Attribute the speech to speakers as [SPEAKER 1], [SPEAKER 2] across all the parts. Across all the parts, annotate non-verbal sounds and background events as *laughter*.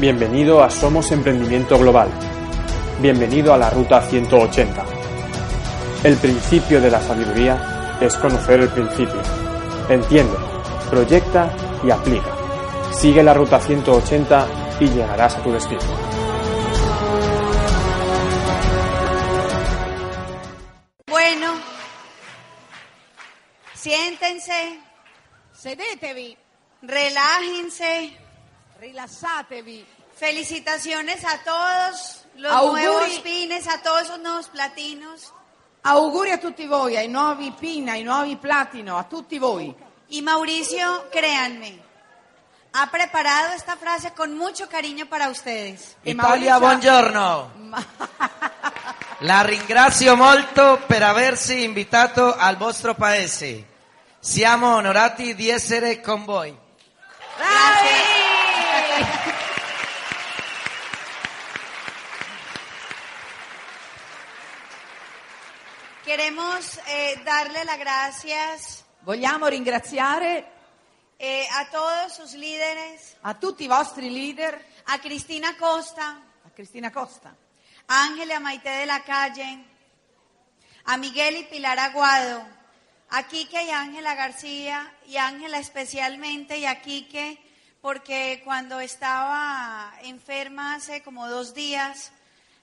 [SPEAKER 1] Bienvenido a Somos Emprendimiento Global. Bienvenido a la Ruta 180. El principio de la sabiduría es conocer el principio. Entiende, proyecta y aplica. Sigue la Ruta 180 y llegarás a tu destino.
[SPEAKER 2] Bueno, siéntense,
[SPEAKER 3] Sedetevi,
[SPEAKER 2] relájense.
[SPEAKER 3] rilassatevi.
[SPEAKER 2] Felicitaciones a todos los
[SPEAKER 3] Auguri.
[SPEAKER 2] nuevos pines, a todos esos nuevos platinos.
[SPEAKER 3] Auguri a tutti voi, ai nuovi Pina, ai nuovi Platino, a tutti voi.
[SPEAKER 2] Y Mauricio, créanme, ha preparado esta frase con mucho cariño para ustedes.
[SPEAKER 4] Italia, buongiorno. La ringrazio molto per averci invitato al vostro paese. Siamo onorati di essere con voi.
[SPEAKER 2] ¡Bravi! Queremos eh, darle las gracias
[SPEAKER 3] Vogliamo ringraziare
[SPEAKER 2] eh, a todos sus líderes,
[SPEAKER 3] a tutti i vostri leader,
[SPEAKER 2] a Cristina Costa,
[SPEAKER 3] a Cristina Costa,
[SPEAKER 2] a Ángel y a Maite de la Calle, a Miguel y Pilar Aguado, a Quique y Ángela García, y a Ángela especialmente, y a Quique, porque cuando estaba enferma hace como dos días,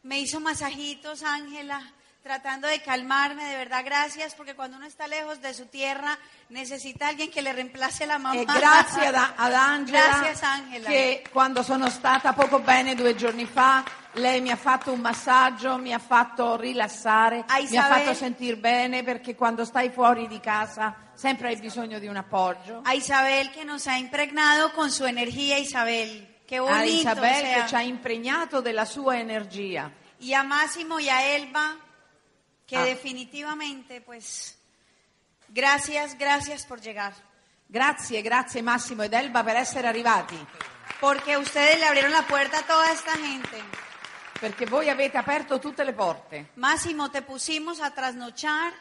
[SPEAKER 2] me hizo masajitos Ángela, tratando de calmarme, de verdad, gracias, porque cuando uno está lejos de su tierra, necesita alguien que le reemplace a la mamá.
[SPEAKER 3] e grazie ad, ad Angela,
[SPEAKER 2] Gracias, Ángela.
[SPEAKER 3] che quando sono stata poco bene due giorni fa, lei mi ha fatto un massaggio, mi ha fatto rilassare,
[SPEAKER 2] A
[SPEAKER 3] mi ha
[SPEAKER 2] Isabel.
[SPEAKER 3] fatto sentire bene perché quando stai fuori di casa sempre hai bisogno di un appoggio.
[SPEAKER 2] A Isabel que nos ha impregnado con su energía, Isabel. Qué bonito.
[SPEAKER 3] a
[SPEAKER 2] o
[SPEAKER 3] Isabel
[SPEAKER 2] sea.
[SPEAKER 3] che ci ha impregnato della sua energia.
[SPEAKER 2] Y a Máximo y a Elba, que
[SPEAKER 3] Ah.
[SPEAKER 2] definitivamente, pues, gracias, gracias por llegar.
[SPEAKER 3] Grazie, grazie Massimo ed Elba per essere arrivati,
[SPEAKER 2] Porque ustedes le abrieron la puerta a toda esta gente.
[SPEAKER 3] perché voi avete aperto tutte le porte.
[SPEAKER 2] Máximo, te pusimos a trasnochar.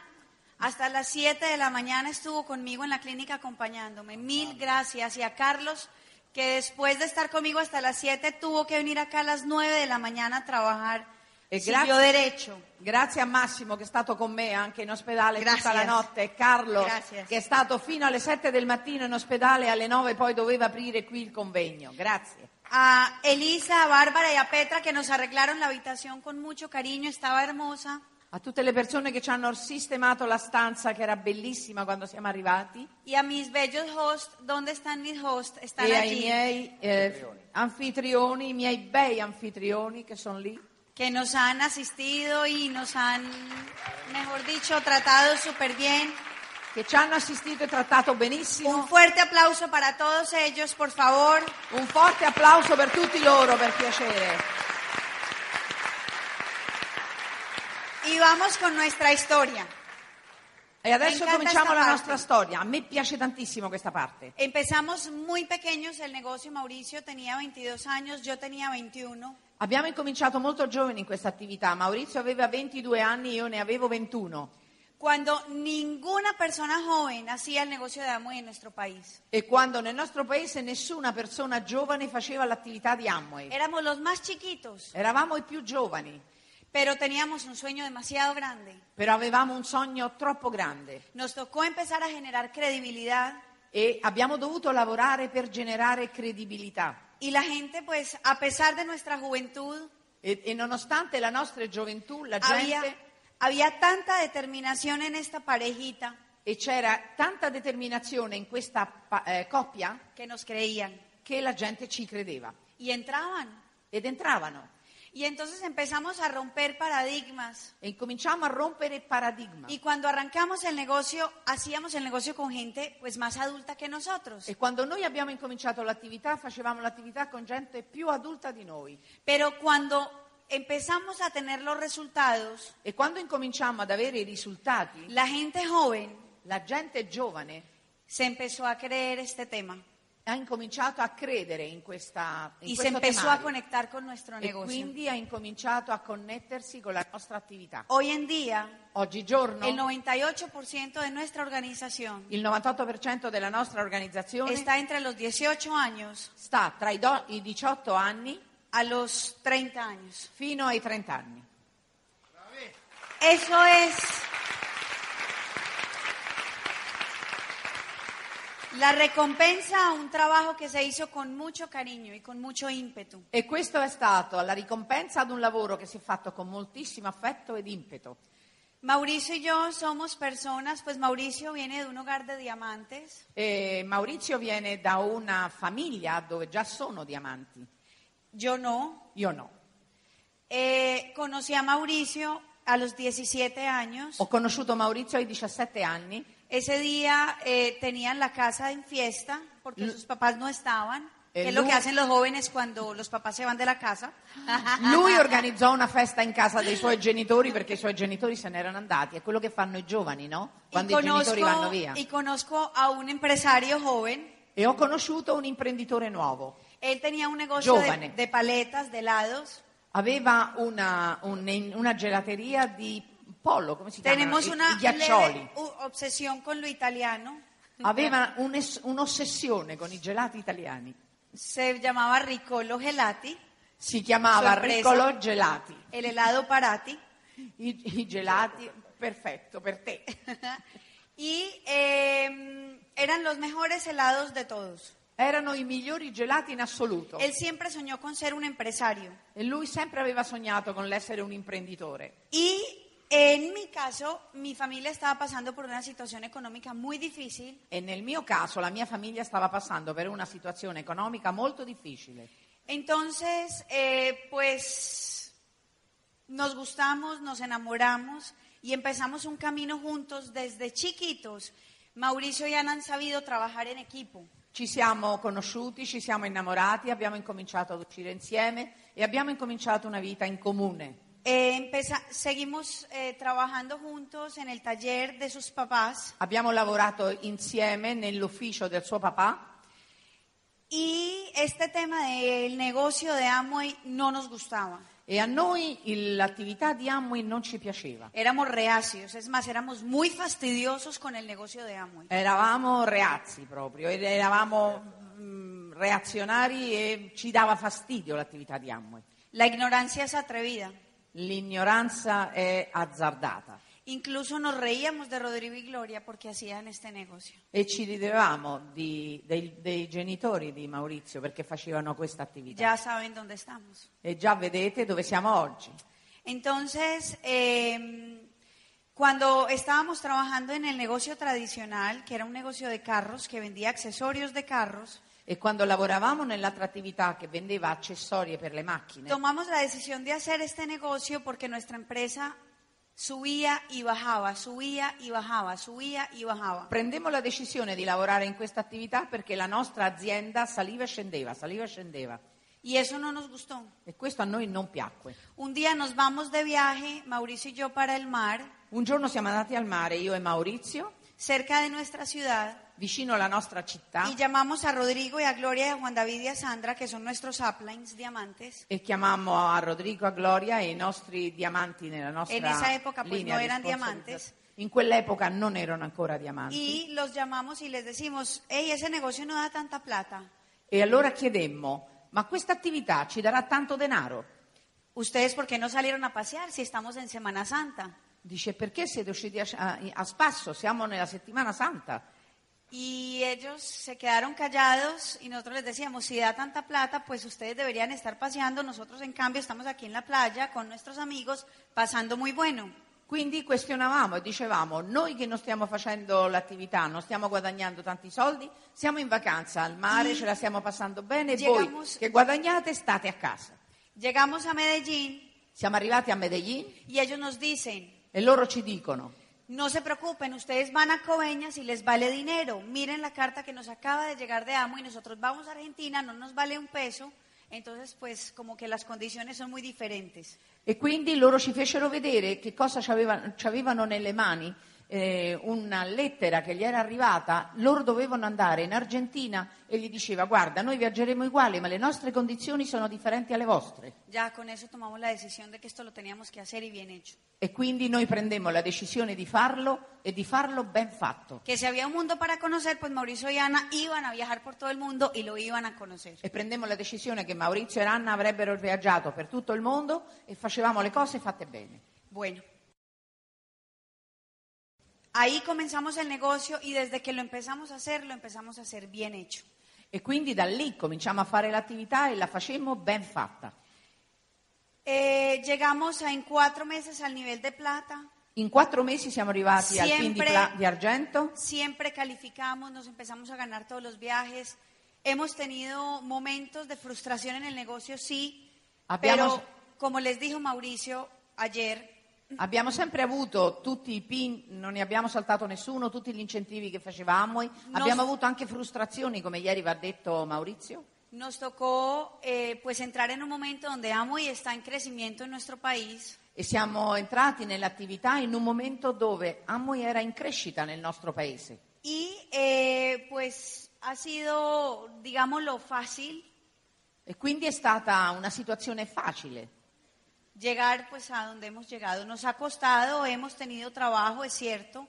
[SPEAKER 2] Hasta las 7 de la mañana estuvo conmigo en la clínica acompañándome. Mil gracias. Y a Carlos, que después de estar conmigo hasta las 7, tuvo que venir acá a las 9 de la mañana a trabajar.
[SPEAKER 3] E
[SPEAKER 2] Siguió
[SPEAKER 3] grazie,
[SPEAKER 2] derecho.
[SPEAKER 3] grazie a Massimo che è stato con me anche in ospedale
[SPEAKER 2] Grazie.
[SPEAKER 3] tutta la notte e Carlo
[SPEAKER 2] Grazie.
[SPEAKER 3] che è stato fino alle 7 del mattino in ospedale e alle 9 poi doveva aprire qui il convegno. Grazie.
[SPEAKER 2] a Elisa, a Bárbara y a Petra que nos arreglaron la habitación con mucho cariño, estaba hermosa.
[SPEAKER 3] A tutte le persone che ci hanno sistemato la stanza che era bellissima quando siamo arrivati
[SPEAKER 2] Y a mis bellos hosts, ¿dónde están mis hosts? Están
[SPEAKER 3] e ai
[SPEAKER 2] allí,
[SPEAKER 3] miei eh, anfitrioni, i miei bei anfitrioni che sono lì.
[SPEAKER 2] que nos han asistido y nos han, mejor dicho, tratado súper bien.
[SPEAKER 3] che ci hanno assistito e trattato benissimo.
[SPEAKER 2] Un fuerte aplauso para todos ellos, por favor.
[SPEAKER 3] Un forte applauso per tutti loro, per piacere.
[SPEAKER 2] Y vamos con nuestra historia.
[SPEAKER 3] E adesso
[SPEAKER 2] encanta
[SPEAKER 3] cominciamo
[SPEAKER 2] sta
[SPEAKER 3] la
[SPEAKER 2] parte.
[SPEAKER 3] nostra storia. A me piace tantissimo questa parte.
[SPEAKER 2] Empezamos muy pequeños el negocio. Mauricio tenía 22 años, yo tenía 21.
[SPEAKER 3] Abbiamo incominciato molto giovani in questa attività. Maurizio aveva 22 anni, io ne avevo 21.
[SPEAKER 2] Cuando ninguna persona joven hacía el negocio de Amway en nuestro país.
[SPEAKER 3] E quando nel nostro paese nessuna persona giovane faceva l'attività di Amway.
[SPEAKER 2] Éramos los más chiquitos,
[SPEAKER 3] Eravamo i più giovani,
[SPEAKER 2] pero teníamos un sueño demasiado grande.
[SPEAKER 3] però avevamo un sogno troppo grande
[SPEAKER 2] Nos tocó empezar a generar credibilidad
[SPEAKER 3] e abbiamo dovuto lavorare per generare credibilità.
[SPEAKER 2] y la gente, pues, a pesar de nuestra juventud,
[SPEAKER 3] E, e nonostante la nostra gioventù, la gente...
[SPEAKER 2] había, había tanta determinación en esta parejita
[SPEAKER 3] E c'era tanta determinazione in questa pa- eh, coppia
[SPEAKER 2] que nos creían
[SPEAKER 3] che la gente ci credeva
[SPEAKER 2] y entraban.
[SPEAKER 3] ed entravano.
[SPEAKER 2] Y entonces empezamos a romper paradigmas.
[SPEAKER 3] E incominciamo a rompere il paradigma.
[SPEAKER 2] Y cuando arrancamos el negocio, hacíamos el negocio con gente pues más adulta que nosotros.
[SPEAKER 3] E quando noi abbiamo incominciato l'attività, facevamo l'attività con gente più adulta di noi.
[SPEAKER 2] Pero cuando empezamos a tener los resultados,
[SPEAKER 3] E quando incominciamo ad avere i risultati,
[SPEAKER 2] la gente joven
[SPEAKER 3] la gente giovane
[SPEAKER 2] se empezó a creer este tema.
[SPEAKER 3] ha incominciato a credere in questa in
[SPEAKER 2] y se
[SPEAKER 3] questo
[SPEAKER 2] empezó a
[SPEAKER 3] temario.
[SPEAKER 2] conectar con nuestro
[SPEAKER 3] e
[SPEAKER 2] negocio.
[SPEAKER 3] quindi ha incominciato a connettersi con la nostra attività.
[SPEAKER 2] Hoy en día,
[SPEAKER 3] Oggigiorno
[SPEAKER 2] el 98% de nuestra organización
[SPEAKER 3] il 98% della nostra organizzazione
[SPEAKER 2] está entre los 18 años
[SPEAKER 3] sta tra i, do- i 18 anni
[SPEAKER 2] a los 30 años.
[SPEAKER 3] fino ai 30 anni.
[SPEAKER 2] Eso es la recompensa a un trabajo que se hizo con mucho cariño y con mucho ímpetu.
[SPEAKER 3] E questo è stato la ricompensa ad un lavoro che si è fatto con moltissimo affetto ed impeto.
[SPEAKER 2] Mauricio y yo somos personas, pues Mauricio viene de un hogar de diamantes
[SPEAKER 3] E Maurizio viene da una famiglia dove già sono diamanti,
[SPEAKER 2] Yo no.
[SPEAKER 3] io no.
[SPEAKER 2] Eh, conocí a Mauricio a los 17 años.
[SPEAKER 3] Ho conosciuto Maurizio ai 17 anni,
[SPEAKER 2] Ese día eh, tenían la casa en fiesta porque sus papás no estaban, que
[SPEAKER 3] El
[SPEAKER 2] es lo que
[SPEAKER 3] lu-
[SPEAKER 2] hacen los jóvenes cuando los papás se van de la casa.
[SPEAKER 3] lui organizzò una festa in casa dei suoi genitori perché i suoi genitori se n'erano andati, è quello che fanno i giovani, no?
[SPEAKER 2] Y
[SPEAKER 3] Quando i genitori vanno
[SPEAKER 2] conozco,
[SPEAKER 3] via.
[SPEAKER 2] y conozco a un impresario joven.
[SPEAKER 3] E ho conosciuto un imprenditore nuovo.
[SPEAKER 2] Él tenía un negocio de,
[SPEAKER 3] Giovane.
[SPEAKER 2] de paletas, de helados.
[SPEAKER 3] Aveva una, un- una gelateria di pollo, come si chiama?
[SPEAKER 2] Tenemos
[SPEAKER 3] I,
[SPEAKER 2] una
[SPEAKER 3] i ghiaccioli.
[SPEAKER 2] leve u- obsesión con lo italiano.
[SPEAKER 3] Aveva un'es- un'ossessione con i gelati italiani.
[SPEAKER 2] Se llamaba Ricolo Gelati,
[SPEAKER 3] Si chiamava
[SPEAKER 2] Sorpresa.
[SPEAKER 3] Riccolo Gelati.
[SPEAKER 2] el helado Parati.
[SPEAKER 3] I, i gelati, perfetto per te.
[SPEAKER 2] y eh, eran los mejores helados de todos.
[SPEAKER 3] Erano i migliori gelati in assoluto.
[SPEAKER 2] Él siempre soñó con ser un empresario.
[SPEAKER 3] E lui sempre aveva sognato con l'essere un imprenditore.
[SPEAKER 2] Y en mi caso, mi familia estaba pasando por una situación económica muy difícil
[SPEAKER 3] E nel mio caso la mia famiglia stava passando per una situazione economica molto difficile.
[SPEAKER 2] Entonces, eh, pues nos gustamos, nos enamoramos y empezamos un camino juntos desde chiquitos. Mauricio y Ana han sabido trabajar en equipo.
[SPEAKER 3] Ci siamo conosciuti, ci siamo innamorati, abbiamo incominciato ad uscire insieme e abbiamo incominciato una vita in comune.
[SPEAKER 2] Eh, empeza- seguimos eh, trabajando juntos en el taller de sus papás
[SPEAKER 3] Abbiamo lavorato insieme nell'ufficio del suo papà
[SPEAKER 2] y este tema del negocio de Amway no nos gustaba.
[SPEAKER 3] e a noi il- l'attività di Amway non ci piaceva.
[SPEAKER 2] Éramos reacios, es más, éramos muy fastidiosos con el negocio de Amway.
[SPEAKER 3] Eravamo reazzi proprio, ed eravamo mm, reazionari e ci dava fastidio l'attività di Amway.
[SPEAKER 2] La ignorancia es atrevida.
[SPEAKER 3] L'ignoranza è azzardata
[SPEAKER 2] Incluso nos reíamos de Rodrigo y Gloria porque hacían este negocio.
[SPEAKER 3] e ci ridevamo di- dei, dei genitori di Maurizio perché facevano questa attività.
[SPEAKER 2] Ya saben dónde estamos.
[SPEAKER 3] E già vedete dove siamo oggi.
[SPEAKER 2] Entonces, eh, cuando estábamos trabajando en el negocio tradicional, que era un negocio de carros, que vendía accesorios de carros,
[SPEAKER 3] E quando lavoravamo nell'altra attività che vendeva accessori per le macchine,
[SPEAKER 2] tomamos la decisión de hacer este negocio porque nuestra empresa subía y bajaba, subía y bajaba, subía y bajaba.
[SPEAKER 3] prendemmo la decisione di lavorare in questa attività perché la nostra azienda saliva e scendeva, saliva e scendeva.
[SPEAKER 2] Y eso no nos gustó.
[SPEAKER 3] E questo a noi non piacque.
[SPEAKER 2] Un día nos vamos de viaje, Mauricio y yo, para el mar,
[SPEAKER 3] Un giorno siamo andati al mare, io e Maurizio,
[SPEAKER 2] cerca de nuestra ciudad.
[SPEAKER 3] vicino alla nostra città,
[SPEAKER 2] Y llamamos a Rodrigo y a Gloria y a Juan David y a Sandra, que son nuestros uplines diamantes.
[SPEAKER 3] e chiamammo a Rodrigo, a Gloria e i nostri diamanti nella nostra
[SPEAKER 2] E in esa epoca, pues,
[SPEAKER 3] linea
[SPEAKER 2] no
[SPEAKER 3] di
[SPEAKER 2] eran
[SPEAKER 3] sponsorizzazione.
[SPEAKER 2] diamantes.
[SPEAKER 3] In quell'epoca non erano ancora diamanti.
[SPEAKER 2] Y los llamamos y les decimos, hey, ese negocio no da tanta plata.
[SPEAKER 3] E allora chiedemmo, ma questa attività ci darà tanto denaro?
[SPEAKER 2] ¿Ustedes por qué no salieron a pasear si estamos en Semana Santa?
[SPEAKER 3] Dice, perché siete usciti a, a- a spasso? Siamo nella settimana santa.
[SPEAKER 2] Y ellos se quedaron callados y nosotros les decíamos, si da tanta plata, pues ustedes deberían estar paseando. Nosotros, en cambio, estamos aquí en la playa con nuestros amigos, pasando muy bueno.
[SPEAKER 3] Quindi questionavamo e dicevamo, noi che non stiamo facendo l'attività, non stiamo guadagnando tanti soldi, siamo in vacanza al mare, ce la stiamo passando bene e voi
[SPEAKER 2] Llegamos-
[SPEAKER 3] che guadagnate state a casa.
[SPEAKER 2] Llegamos a Medellín
[SPEAKER 3] Siamo arrivati a Medellin
[SPEAKER 2] y ellos nos dicen,
[SPEAKER 3] e loro ci dicono,
[SPEAKER 2] No se preocupen, ustedes van a Coveñas y les vale dinero. Miren la carta que nos acaba de llegar de Amo y nosotros vamos a Argentina, no nos vale un peso. Entonces, pues como que las condiciones son muy diferentes.
[SPEAKER 3] e quindi loro ci fecero vedere che cosa ci aveva- ci avevano nelle mani eh, una lettera che gli era arrivata, loro dovevano andare in Argentina e gli diceva guarda, noi viaggeremo uguali, ma le nostre condizioni sono differenti alle vostre.
[SPEAKER 2] Ya con eso tomamos la decisión de que esto lo teníamos que hacer y bien hecho.
[SPEAKER 3] E quindi noi prendemmo la decisione di farlo e di farlo ben fatto.
[SPEAKER 2] Que si había un mundo para conocer, pues Mauricio y Ana iban a viajar por todo el mundo y lo iban a conocer.
[SPEAKER 3] E prendemmo la decisione che Maurizio e Anna avrebbero viaggiato per tutto il mondo e facevamo le cose fatte bene.
[SPEAKER 2] Bueno. Ahí comenzamos el negocio y desde que lo empezamos a hacer, lo empezamos a hacer bien hecho.
[SPEAKER 3] E quindi da lì cominciamo a fare l'attività e la facemmo ben fatta.
[SPEAKER 2] Eh, llegamos a- en cuatro meses al nivel de plata,
[SPEAKER 3] In quattro mesi siamo arrivati al team di,
[SPEAKER 2] Siempre-
[SPEAKER 3] pla- di argento.
[SPEAKER 2] siempre calificamos, nos empezamos a ganar todos los viajes, hemos tenido momentos de frustración en el negocio, sí,
[SPEAKER 3] Habíamos-
[SPEAKER 2] pero como les dijo Mauricio ayer,
[SPEAKER 3] Abbiamo sempre avuto tutti i pin, non ne abbiamo saltato nessuno, tutti gli incentivi che facevamo. Abbiamo avuto anche frustrazioni, come ieri va detto Maurizio.
[SPEAKER 2] nos tocó eh, pues entrar en un momento donde Amo y está en crecimiento en nuestro país.
[SPEAKER 3] E siamo entrati nell'attività in un momento dove Amway era in crescita nel nostro paese.
[SPEAKER 2] Y eh, pues ha sido, digámoslo, fácil
[SPEAKER 3] E quindi è stata una situazione facile.
[SPEAKER 2] llegar pues a donde hemos llegado. Nos ha costado, hemos tenido trabajo, es cierto,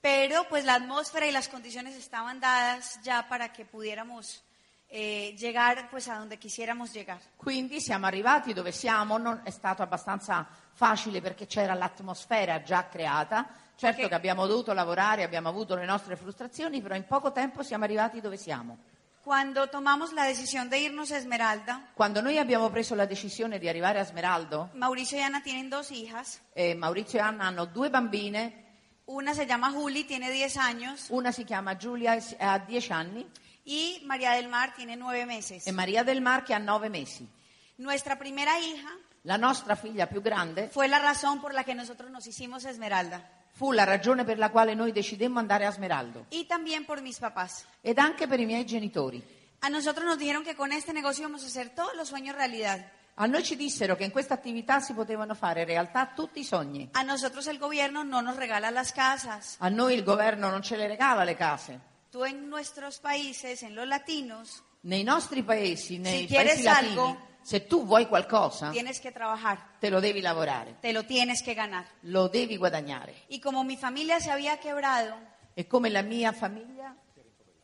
[SPEAKER 2] pero pues la atmósfera y las condiciones estaban dadas ya para que pudiéramos eh, llegar pues a donde quisiéramos llegar.
[SPEAKER 3] Quindi siamo arrivati dove siamo, non è stato abbastanza facile perché c'era l'atmosfera già creata. Certo
[SPEAKER 2] Ok.
[SPEAKER 3] che abbiamo dovuto lavorare, abbiamo avuto le nostre frustrazioni, però in poco tempo siamo arrivati dove siamo.
[SPEAKER 2] Cuando tomamos la decisión de irnos a Esmeralda,
[SPEAKER 3] Quando noi abbiamo preso la decisione di arrivare a Smeraldo,
[SPEAKER 2] Mauricio y Ana tienen dos hijas,
[SPEAKER 3] eh, Maurizio e Anna hanno due bambine,
[SPEAKER 2] una se llama Juli, tiene 10 años,
[SPEAKER 3] una si chiama Giulia e si- ha 10 anni
[SPEAKER 2] y María del Mar tiene 9 meses.
[SPEAKER 3] e Maria del Mar che ha 9 mesi.
[SPEAKER 2] Nuestra primera hija
[SPEAKER 3] La nostra figlia più grande
[SPEAKER 2] fue la razón por la que nosotros nos hicimos Esmeralda
[SPEAKER 3] fu la ragione per la quale noi decidemmo andare a Smeraldo
[SPEAKER 2] y también por mis papás.
[SPEAKER 3] ed anche per i miei genitori.
[SPEAKER 2] A nosotros nos dijeron que con este negocio íbamos a hacer todos los sueños realidad.
[SPEAKER 3] A noi ci dissero che in questa attività si potevano fare in realtà tutti i sogni.
[SPEAKER 2] A nosotros el gobierno no nos regala las casas.
[SPEAKER 3] A noi il governo non ce le regala le case.
[SPEAKER 2] Tú en nuestros países, en los latinos,
[SPEAKER 3] Nei nostri paesi,
[SPEAKER 2] Se
[SPEAKER 3] nei paesi
[SPEAKER 2] quieres
[SPEAKER 3] latini,
[SPEAKER 2] algo-
[SPEAKER 3] se tu vuoi qualcosa,
[SPEAKER 2] tienes que trabajar,
[SPEAKER 3] te lo devi lavorare,
[SPEAKER 2] te lo tienes que ganar.
[SPEAKER 3] lo devi guadagnare.
[SPEAKER 2] Y como mi familia se había quebrado,
[SPEAKER 3] E come la mia famiglia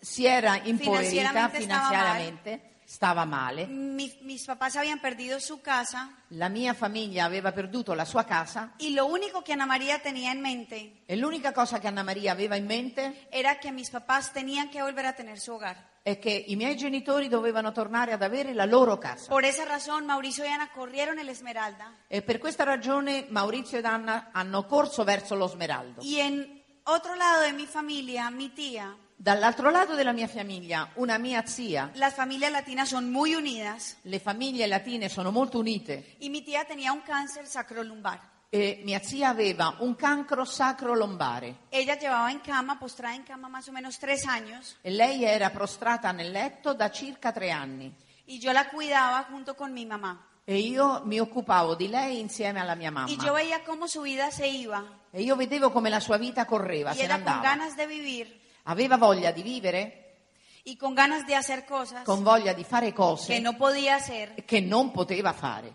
[SPEAKER 3] si era impoverita
[SPEAKER 2] Finanziariamente stava
[SPEAKER 3] finanziariamente, stava male,
[SPEAKER 2] mi- mis papás habían perdido su casa
[SPEAKER 3] la mia famiglia aveva perduto la sua casa
[SPEAKER 2] y lo único que Ana María tenía en mente
[SPEAKER 3] e l'unica cosa che Anna Maria aveva in mente
[SPEAKER 2] era que mis papás tenían que volver a tener su hogar.
[SPEAKER 3] è che i miei genitori dovevano tornare ad avere la loro casa.
[SPEAKER 2] Por esa razón, Mauricio y Ana corrieron el Esmeralda
[SPEAKER 3] E per questa ragione Maurizio ed Anna hanno corso verso lo smeraldo.
[SPEAKER 2] y en otro lado de mi familia, mi tía,
[SPEAKER 3] Dall'altro lato della mia famiglia, una mia zia,
[SPEAKER 2] Las familias latinas son muy unidas
[SPEAKER 3] le famiglie latine sono molto unite
[SPEAKER 2] y mi tía tenía un cáncer sacrolumbar.
[SPEAKER 3] e mia zia aveva un cancro sacro lombare
[SPEAKER 2] Ella llevaba en cama, postrada en cama más o menos tres años
[SPEAKER 3] e lei era prostrata nel letto da circa tre anni
[SPEAKER 2] y yo la cuidaba junto con mi mamá.
[SPEAKER 3] e io mi occupavo di lei insieme alla mia
[SPEAKER 2] Y yo
[SPEAKER 3] mamma
[SPEAKER 2] veía cómo su vida se iba
[SPEAKER 3] e io vedevo come la sua vita correva,
[SPEAKER 2] y
[SPEAKER 3] se ne
[SPEAKER 2] era con
[SPEAKER 3] andava.
[SPEAKER 2] ganas de vivir
[SPEAKER 3] Aveva voglia di vivere,
[SPEAKER 2] y con ganas de hacer cosas
[SPEAKER 3] con voglia di fare
[SPEAKER 2] que
[SPEAKER 3] cose
[SPEAKER 2] no podía hacer.
[SPEAKER 3] che non poteva fare.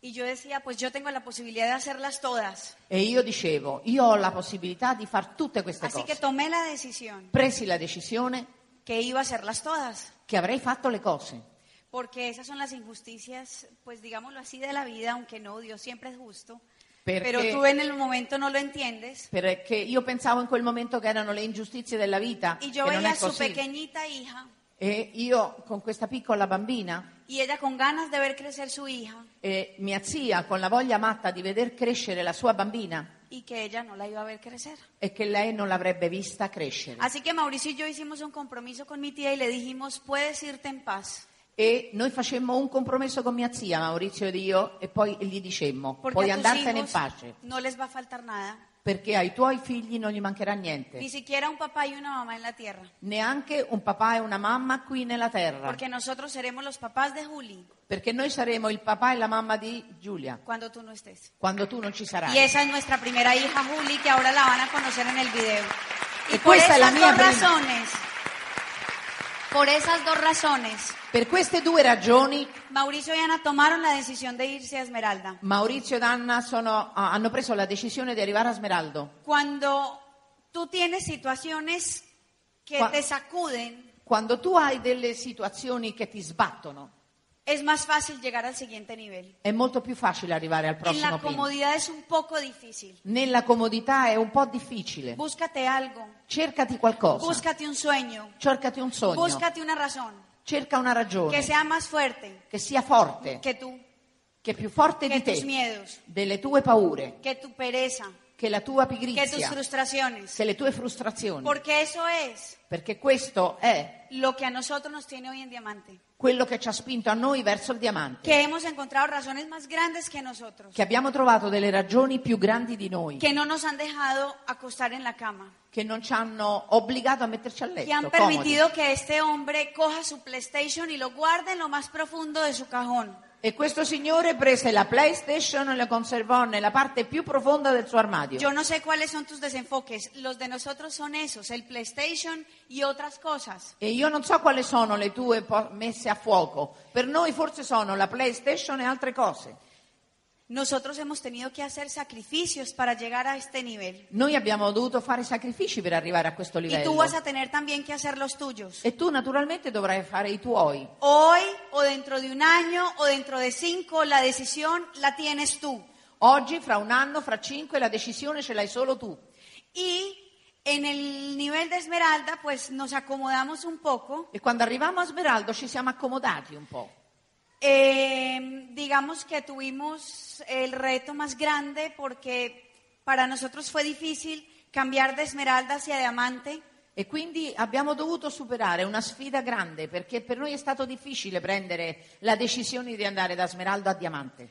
[SPEAKER 2] Y yo decía, pues yo tengo la posibilidad de hacerlas todas.
[SPEAKER 3] E io dicevo, io ho la possibilità di fare tutte queste
[SPEAKER 2] Así que
[SPEAKER 3] cose.
[SPEAKER 2] tomé la decisión
[SPEAKER 3] Presi la decisione
[SPEAKER 2] que iba a hacerlas todas,
[SPEAKER 3] che avrei fatto le cose,
[SPEAKER 2] porque esas son las injusticias, pues digámoslo así, de la vida, aunque no, Dios siempre es justo. Pero tú
[SPEAKER 3] perché,
[SPEAKER 2] en el momento no lo entiendes.
[SPEAKER 3] perché io pensavo in quel momento che erano le ingiustizie della vita,
[SPEAKER 2] Y
[SPEAKER 3] che
[SPEAKER 2] yo
[SPEAKER 3] non
[SPEAKER 2] veía
[SPEAKER 3] è
[SPEAKER 2] a su
[SPEAKER 3] così.
[SPEAKER 2] pequeñita hija
[SPEAKER 3] E io con questa piccola bambina,
[SPEAKER 2] y ella con ganas de ver crecer su hija
[SPEAKER 3] e mia zia con la voglia matta di veder crescere la sua bambina
[SPEAKER 2] y que ella no la iba a ver crecer.
[SPEAKER 3] e che lei non l'avrebbe vista crescere.
[SPEAKER 2] Así que Mauricio y yo hicimos un compromiso con mi tía y le dijimos, puedes irte en paz,
[SPEAKER 3] E noi facemmo un compromesso con mia zia, Maurizio ed io, e poi gli dicemmo,
[SPEAKER 2] porque
[SPEAKER 3] puoi
[SPEAKER 2] a tus
[SPEAKER 3] andartene in
[SPEAKER 2] hijos
[SPEAKER 3] pace,
[SPEAKER 2] no les va a faltar nada.
[SPEAKER 3] perché ai tuoi figli non gli mancherà niente,
[SPEAKER 2] Ni siquiera un papá y una mamá en la tierra.
[SPEAKER 3] neanche un papà e una mamma qui nella terra,
[SPEAKER 2] Porque nosotros seremos los papás de Juli
[SPEAKER 3] perché noi saremo il papà e la mamma di Giulia
[SPEAKER 2] cuando tú no estés.
[SPEAKER 3] quando tu non ci sarai.
[SPEAKER 2] Y esa es nuestra primera hija Juli, que ahora la van a conocer en el video. Y,
[SPEAKER 3] Y
[SPEAKER 2] por
[SPEAKER 3] cuesta
[SPEAKER 2] esas
[SPEAKER 3] la mía
[SPEAKER 2] dos
[SPEAKER 3] prima.
[SPEAKER 2] razones, por esas dos razones,
[SPEAKER 3] Per queste due ragioni
[SPEAKER 2] Mauricio y Ana tomaron la decisión de irse a Esmeralda.
[SPEAKER 3] Maurizio ed Anna sono- ah, hanno preso la decisione di arrivare a Smeraldo.
[SPEAKER 2] Cuando tú tienes situaciones que
[SPEAKER 3] Cua-
[SPEAKER 2] te sacuden,
[SPEAKER 3] Quando tu hai delle situazioni che ti sbattono,
[SPEAKER 2] es más fácil llegar al siguiente nivel.
[SPEAKER 3] è molto più facile arrivare al
[SPEAKER 2] En
[SPEAKER 3] prossimo
[SPEAKER 2] la
[SPEAKER 3] pin.
[SPEAKER 2] comodidad es un poco difícil.
[SPEAKER 3] Nella comodità è un po' difficile.
[SPEAKER 2] Búscate algo,
[SPEAKER 3] Cercati qualcosa,
[SPEAKER 2] búscate un sueño,
[SPEAKER 3] cercati un sogno,
[SPEAKER 2] búscate una razón
[SPEAKER 3] cerca una
[SPEAKER 2] que
[SPEAKER 3] ragione
[SPEAKER 2] sea más fuerte
[SPEAKER 3] che sia forte,
[SPEAKER 2] que tú,
[SPEAKER 3] che è più forte
[SPEAKER 2] que
[SPEAKER 3] di
[SPEAKER 2] tus
[SPEAKER 3] te,
[SPEAKER 2] miedos,
[SPEAKER 3] delle tue paure,
[SPEAKER 2] que tu pereza,
[SPEAKER 3] che la tua
[SPEAKER 2] que tus
[SPEAKER 3] pigrizia,
[SPEAKER 2] frustraciones,
[SPEAKER 3] che le tue frustrazioni,
[SPEAKER 2] porque eso es
[SPEAKER 3] perché questo è
[SPEAKER 2] lo que a nosotros nos tiene hoy en diamante,
[SPEAKER 3] quello che ci ha spinto a noi verso il diamante,
[SPEAKER 2] que hemos encontrado razones más grandes que nosotros,
[SPEAKER 3] che abbiamo trovato delle ragioni più grandi di noi.
[SPEAKER 2] que no nos han dejado acostar en la cama,
[SPEAKER 3] che non ci hanno obbligato a metterci a
[SPEAKER 2] que han
[SPEAKER 3] letto, comodi.
[SPEAKER 2] permitido que este hombre coja su PlayStation y lo guarde en lo más profundo de su cajón.
[SPEAKER 3] E questo signore prese la PlayStation e la conservò nella parte più profonda del suo armadio.
[SPEAKER 2] Yo no sé cuáles son tus desenfoques, los de nosotros son esos, el PlayStation y otras cosas.
[SPEAKER 3] E io non so quali sono le tue po- messe a fuoco. Per noi forse sono la PlayStation e altre cose.
[SPEAKER 2] Nosotros hemos tenido que hacer sacrificios para llegar a este nivel.
[SPEAKER 3] Noi abbiamo dovuto fare sacrifici per arrivare a questo
[SPEAKER 2] Y
[SPEAKER 3] livello.
[SPEAKER 2] tú vas a tener también que hacer los tuyos.
[SPEAKER 3] E tu naturalmente dovrai fare i tuoi.
[SPEAKER 2] Hoy o dentro de un año o dentro de cinco, la decisión la tienes tú.
[SPEAKER 3] Oggi, fra un anno, fra cinque, la decisione ce l'hai solo tu.
[SPEAKER 2] Y en el nivel de Esmeralda, pues nos acomodamos un poco.
[SPEAKER 3] E quando arriviamo a Smeraldo ci siamo accomodati un po'.
[SPEAKER 2] Eh, digamos que tuvimos el reto más grande porque para nosotros fue difícil cambiar de Esmeralda hacia Diamante.
[SPEAKER 3] E quindi abbiamo dovuto superare una sfida grande perché per noi è stato difficile prendere la decisione di andare da smeraldo a diamante,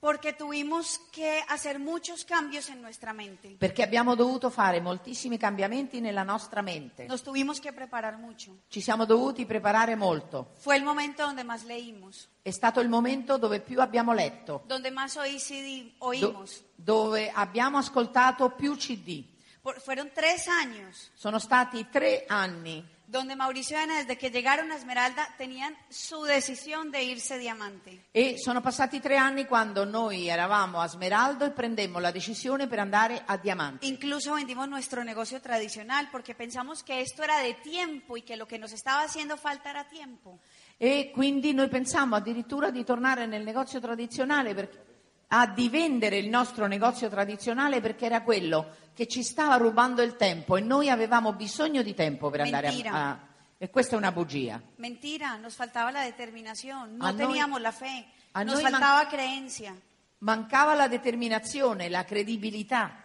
[SPEAKER 2] Porque tuvimos que hacer muchos cambios en nuestra mente.
[SPEAKER 3] perché abbiamo dovuto fare moltissimi cambiamenti nella nostra mente.
[SPEAKER 2] Nos tuvimos que preparar mucho.
[SPEAKER 3] Ci siamo dovuti preparare molto.
[SPEAKER 2] Fue el momento donde más leímos,
[SPEAKER 3] È stato il momento dove più abbiamo letto,
[SPEAKER 2] donde más oí CD
[SPEAKER 3] do-
[SPEAKER 2] oímos.
[SPEAKER 3] dove abbiamo ascoltato più CD.
[SPEAKER 2] Por- fueron tres años
[SPEAKER 3] Sono stati tre anni
[SPEAKER 2] donde Mauricio y Ana, desde que llegaron a Esmeralda, tenían su decisión de irse diamante.
[SPEAKER 3] e sono passati tre anni quando noi eravamo a Smeraldo e prendemmo la decisione per andare a Diamante.
[SPEAKER 2] Incluso vendimos nuestro negocio tradicional porque pensamos que esto era de tiempo y que lo que nos estaba haciendo falta era tiempo.
[SPEAKER 3] E quindi noi pensammo addirittura di tornare nel negozio tradizionale perché- a di vendere il nostro negozio tradizionale perché era quello che ci stava rubando il tempo e noi avevamo bisogno di tempo per andare
[SPEAKER 2] Mentira.
[SPEAKER 3] a, a- E questa è una bugia.
[SPEAKER 2] Mentira, nos faltaba la determinación, no
[SPEAKER 3] A noi-
[SPEAKER 2] teníamos la fe,
[SPEAKER 3] a
[SPEAKER 2] nos
[SPEAKER 3] noi man-
[SPEAKER 2] faltaba creencia.
[SPEAKER 3] Mancava la determinazione, la credibilità,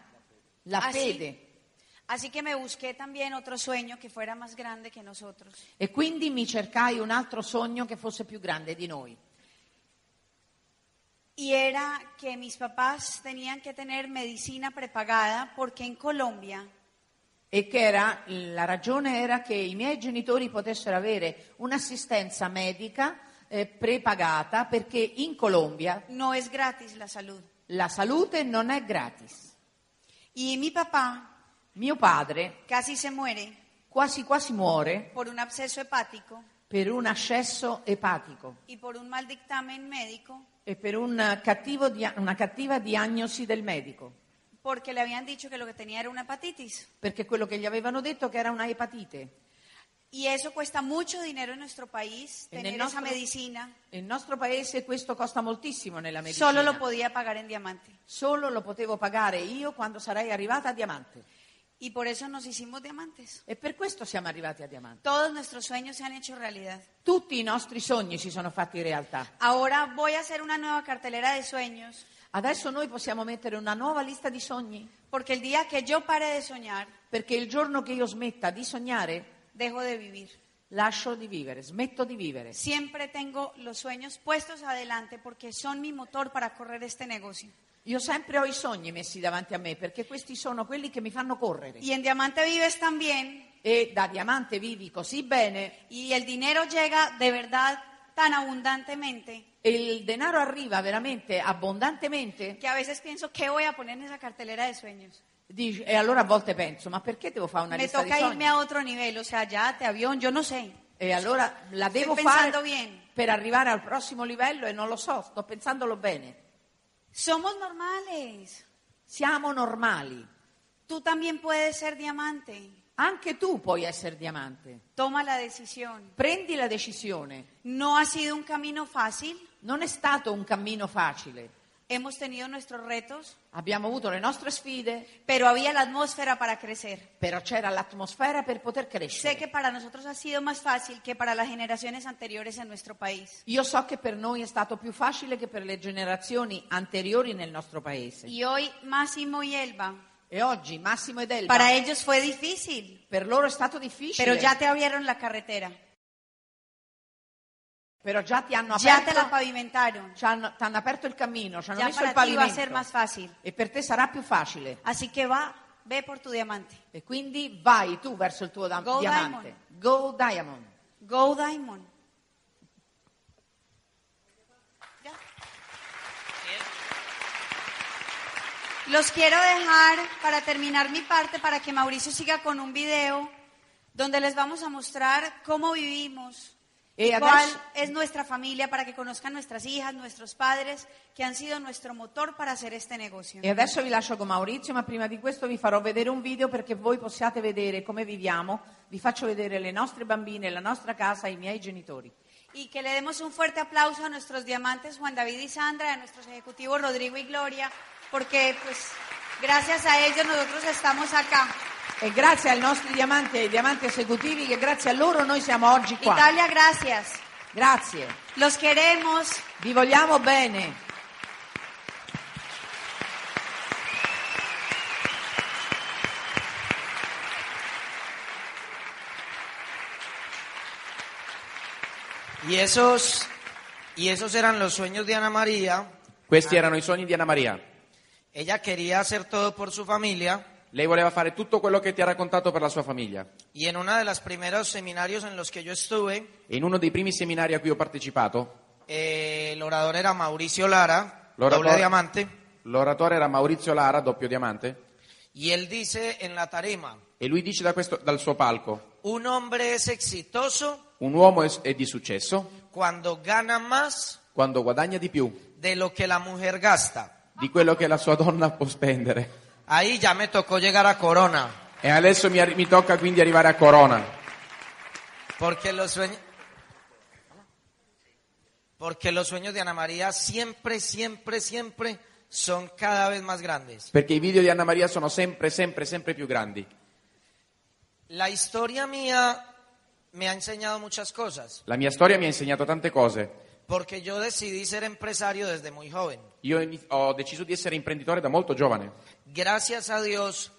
[SPEAKER 3] la
[SPEAKER 2] Ah, sì?
[SPEAKER 3] fede.
[SPEAKER 2] Así que me busqué también otro sueño que fuera más grande que nosotros.
[SPEAKER 3] E quindi mi cercai un altro sogno che fosse più grande di noi.
[SPEAKER 2] Y era que mis papás tenían que tener medicina prepagada porque en Colombia
[SPEAKER 3] E che era, la ragione era che i miei genitori potessero avere un'assistenza medica eh, prepagata perché in Colombia
[SPEAKER 2] no es gratis la salud.
[SPEAKER 3] la salute non è gratis.
[SPEAKER 2] Y mi papá
[SPEAKER 3] Mio padre
[SPEAKER 2] casi se muere
[SPEAKER 3] quasi quasi muore
[SPEAKER 2] por un absceso hepático
[SPEAKER 3] per un ascesso epatico
[SPEAKER 2] y por un mal dictamen médico
[SPEAKER 3] e per un cattivo dia- una cattiva diagnosi del medico,
[SPEAKER 2] porque le habían dicho que lo que tenía era una hepatitis.
[SPEAKER 3] perché quello che gli avevano detto che era una epatite.
[SPEAKER 2] Y eso cuesta mucho dinero en nuestro país,
[SPEAKER 3] En el
[SPEAKER 2] tener esa
[SPEAKER 3] nostro-
[SPEAKER 2] medicina.
[SPEAKER 3] Nel nostro paese questo costa moltissimo nella medicina.
[SPEAKER 2] Solo lo podía pagar en diamante.
[SPEAKER 3] Solo lo potevo pagare io quando sarei arrivata a Diamante.
[SPEAKER 2] Y por eso nos hicimos diamantes.
[SPEAKER 3] E per questo siamo arrivati a Diamante.
[SPEAKER 2] Todos nuestros sueños se han hecho realidad.
[SPEAKER 3] Tutti i nostri sogni si sono fatti realtà.
[SPEAKER 2] Ahora voy a hacer una nueva cartelera de sueños,
[SPEAKER 3] Adesso noi possiamo mettere una nuova lista di sogni,
[SPEAKER 2] porque el día que yo pare de soñar,
[SPEAKER 3] perché il giorno che io smetta di sognare,
[SPEAKER 2] dejo de vivir.
[SPEAKER 3] lascio di vivere, smetto di vivere.
[SPEAKER 2] Siempre tengo los sueños puestos adelante porque son mi motor para correr este negocio.
[SPEAKER 3] Io sempre ho i sogni messi davanti a me perché questi sono quelli che mi fanno correre.
[SPEAKER 2] Y en Diamante Vives también.
[SPEAKER 3] E da diamante vivi così bene
[SPEAKER 2] Y el dinero llega de verdad tan abundantemente
[SPEAKER 3] e il denaro arriva veramente abbondantemente.
[SPEAKER 2] que a veces pienso, ¿qué voy a poner en esa cartelera de sueños?
[SPEAKER 3] dici- e allora a volte penso, ma perché devo fare una
[SPEAKER 2] Me
[SPEAKER 3] lista di
[SPEAKER 2] toca irme
[SPEAKER 3] sogni?
[SPEAKER 2] a otro nivel, o sea, yate, avión, yo no sé.
[SPEAKER 3] E allora la
[SPEAKER 2] Estoy
[SPEAKER 3] devo
[SPEAKER 2] pensando
[SPEAKER 3] fare
[SPEAKER 2] bien.
[SPEAKER 3] per arrivare al prossimo livello e non lo so, sto pensandolo bene.
[SPEAKER 2] Somos normales.
[SPEAKER 3] Siamo normali.
[SPEAKER 2] Tú también puedes ser diamante.
[SPEAKER 3] Anche tu puoi essere diamante.
[SPEAKER 2] Toma la decisión.
[SPEAKER 3] Prendi la decisione.
[SPEAKER 2] No ha sido un camino fácil.
[SPEAKER 3] Non è stato un cammino facile.
[SPEAKER 2] Hemos tenido nuestros retos,
[SPEAKER 3] Abbiamo avuto le nostre sfide,
[SPEAKER 2] pero había la atmósfera para crecer.
[SPEAKER 3] però c'era l'atmosfera per poter
[SPEAKER 2] Sé
[SPEAKER 3] crescere.
[SPEAKER 2] que para nosotros ha sido más fácil que para las generaciones anteriores en nuestro país.
[SPEAKER 3] Io so che per noi è stato più facile che per le generazioni anteriori nel nostro paese.
[SPEAKER 2] Y hoy Máximo y Elba,
[SPEAKER 3] E oggi Massimo ed Elba, eh.
[SPEAKER 2] para ellos fue difícil,
[SPEAKER 3] per loro è stato difficile,
[SPEAKER 2] pero ya te abrieron la carretera,
[SPEAKER 3] però già ti hanno
[SPEAKER 2] ya te la
[SPEAKER 3] aperto,
[SPEAKER 2] pavimentaron,
[SPEAKER 3] ci hanno- ti hanno aperto il cammino, ci hanno
[SPEAKER 2] ya
[SPEAKER 3] messo il
[SPEAKER 2] para ti va a ser
[SPEAKER 3] pavimento
[SPEAKER 2] más fácil.
[SPEAKER 3] e per te sarà più facile.
[SPEAKER 2] Así que va, ve por tu diamante.
[SPEAKER 3] E quindi vai tu verso il tuo da-
[SPEAKER 2] Go
[SPEAKER 3] diamante. Go Diamond.
[SPEAKER 2] Go Diamond. Ya. Los quiero dejar para terminar mi parte para que Mauricio siga con un video donde les vamos a mostrar cómo vivimos
[SPEAKER 3] Eh,
[SPEAKER 2] y
[SPEAKER 3] a ver.
[SPEAKER 2] cuál es nuestra familia para que conozcan nuestras hijas, nuestros padres que han sido nuestro motor para hacer este negocio.
[SPEAKER 3] E adesso vi lascio con Maurizio, ma prima di questo vi farò vedere un video perché voi possiate vedere come viviamo. Vi faccio vedere le nostre bambine, la nostra casa, i miei genitori.
[SPEAKER 2] Y que le demos un fuerte aplauso a nuestros diamantes Juan David y Sandra, a nuestros ejecutivos Rodrigo y Gloria, porque pues gracias a ellos nosotros estamos acá.
[SPEAKER 3] E grazie ai nostri diamanti e ai diamanti esecutivi che grazie a loro noi siamo oggi qua.
[SPEAKER 2] Italia, gracias.
[SPEAKER 3] Grazie.
[SPEAKER 2] Los queremos.
[SPEAKER 3] Vi vogliamo bene.
[SPEAKER 4] Y esos, y esos eran los sueños de Ana María.
[SPEAKER 5] Questi erano i sogni di Anna Maria.
[SPEAKER 4] Ella quería hacer todo por su familia
[SPEAKER 5] Lei voleva fare tutto quello che ti ha raccontato per la sua famiglia.
[SPEAKER 4] y en uno de los primeros seminarios en los que yo estuve,
[SPEAKER 5] E in uno dei primi seminari a cui ho partecipato,
[SPEAKER 4] eh, el orador era Mauricio Lara,
[SPEAKER 5] L'oratore-
[SPEAKER 4] doble diamante,
[SPEAKER 5] l'oratore era Maurizio Lara, doppio diamante,
[SPEAKER 4] y él dice en la tarima,
[SPEAKER 5] e lui dice da questo- dal suo palco,
[SPEAKER 4] un hombre es exitoso
[SPEAKER 5] un uomo è, è di successo
[SPEAKER 4] cuando gana más
[SPEAKER 5] quando guadagna di più
[SPEAKER 4] de lo que la mujer gasta.
[SPEAKER 5] di quello che la sua donna può spendere.
[SPEAKER 4] Ahí ya me tocó llegar a Corona,
[SPEAKER 5] E adesso mi, arri- mi tocca quindi arrivare a Corona,
[SPEAKER 4] porque los sueños... Porque los sueños de Ana María siempre, siempre, siempre son cada vez más grandes.
[SPEAKER 5] perché i video di Anna Maria sono sempre, sempre, sempre più grandi.
[SPEAKER 4] La historia mía me ha enseñado muchas cosas,
[SPEAKER 5] La mia storia mi ha insegnato tante cose.
[SPEAKER 4] porque yo decidí ser empresario desde muy joven.
[SPEAKER 5] Io ini- ho deciso di essere imprenditore da molto giovane.
[SPEAKER 4] Gracias a Dios,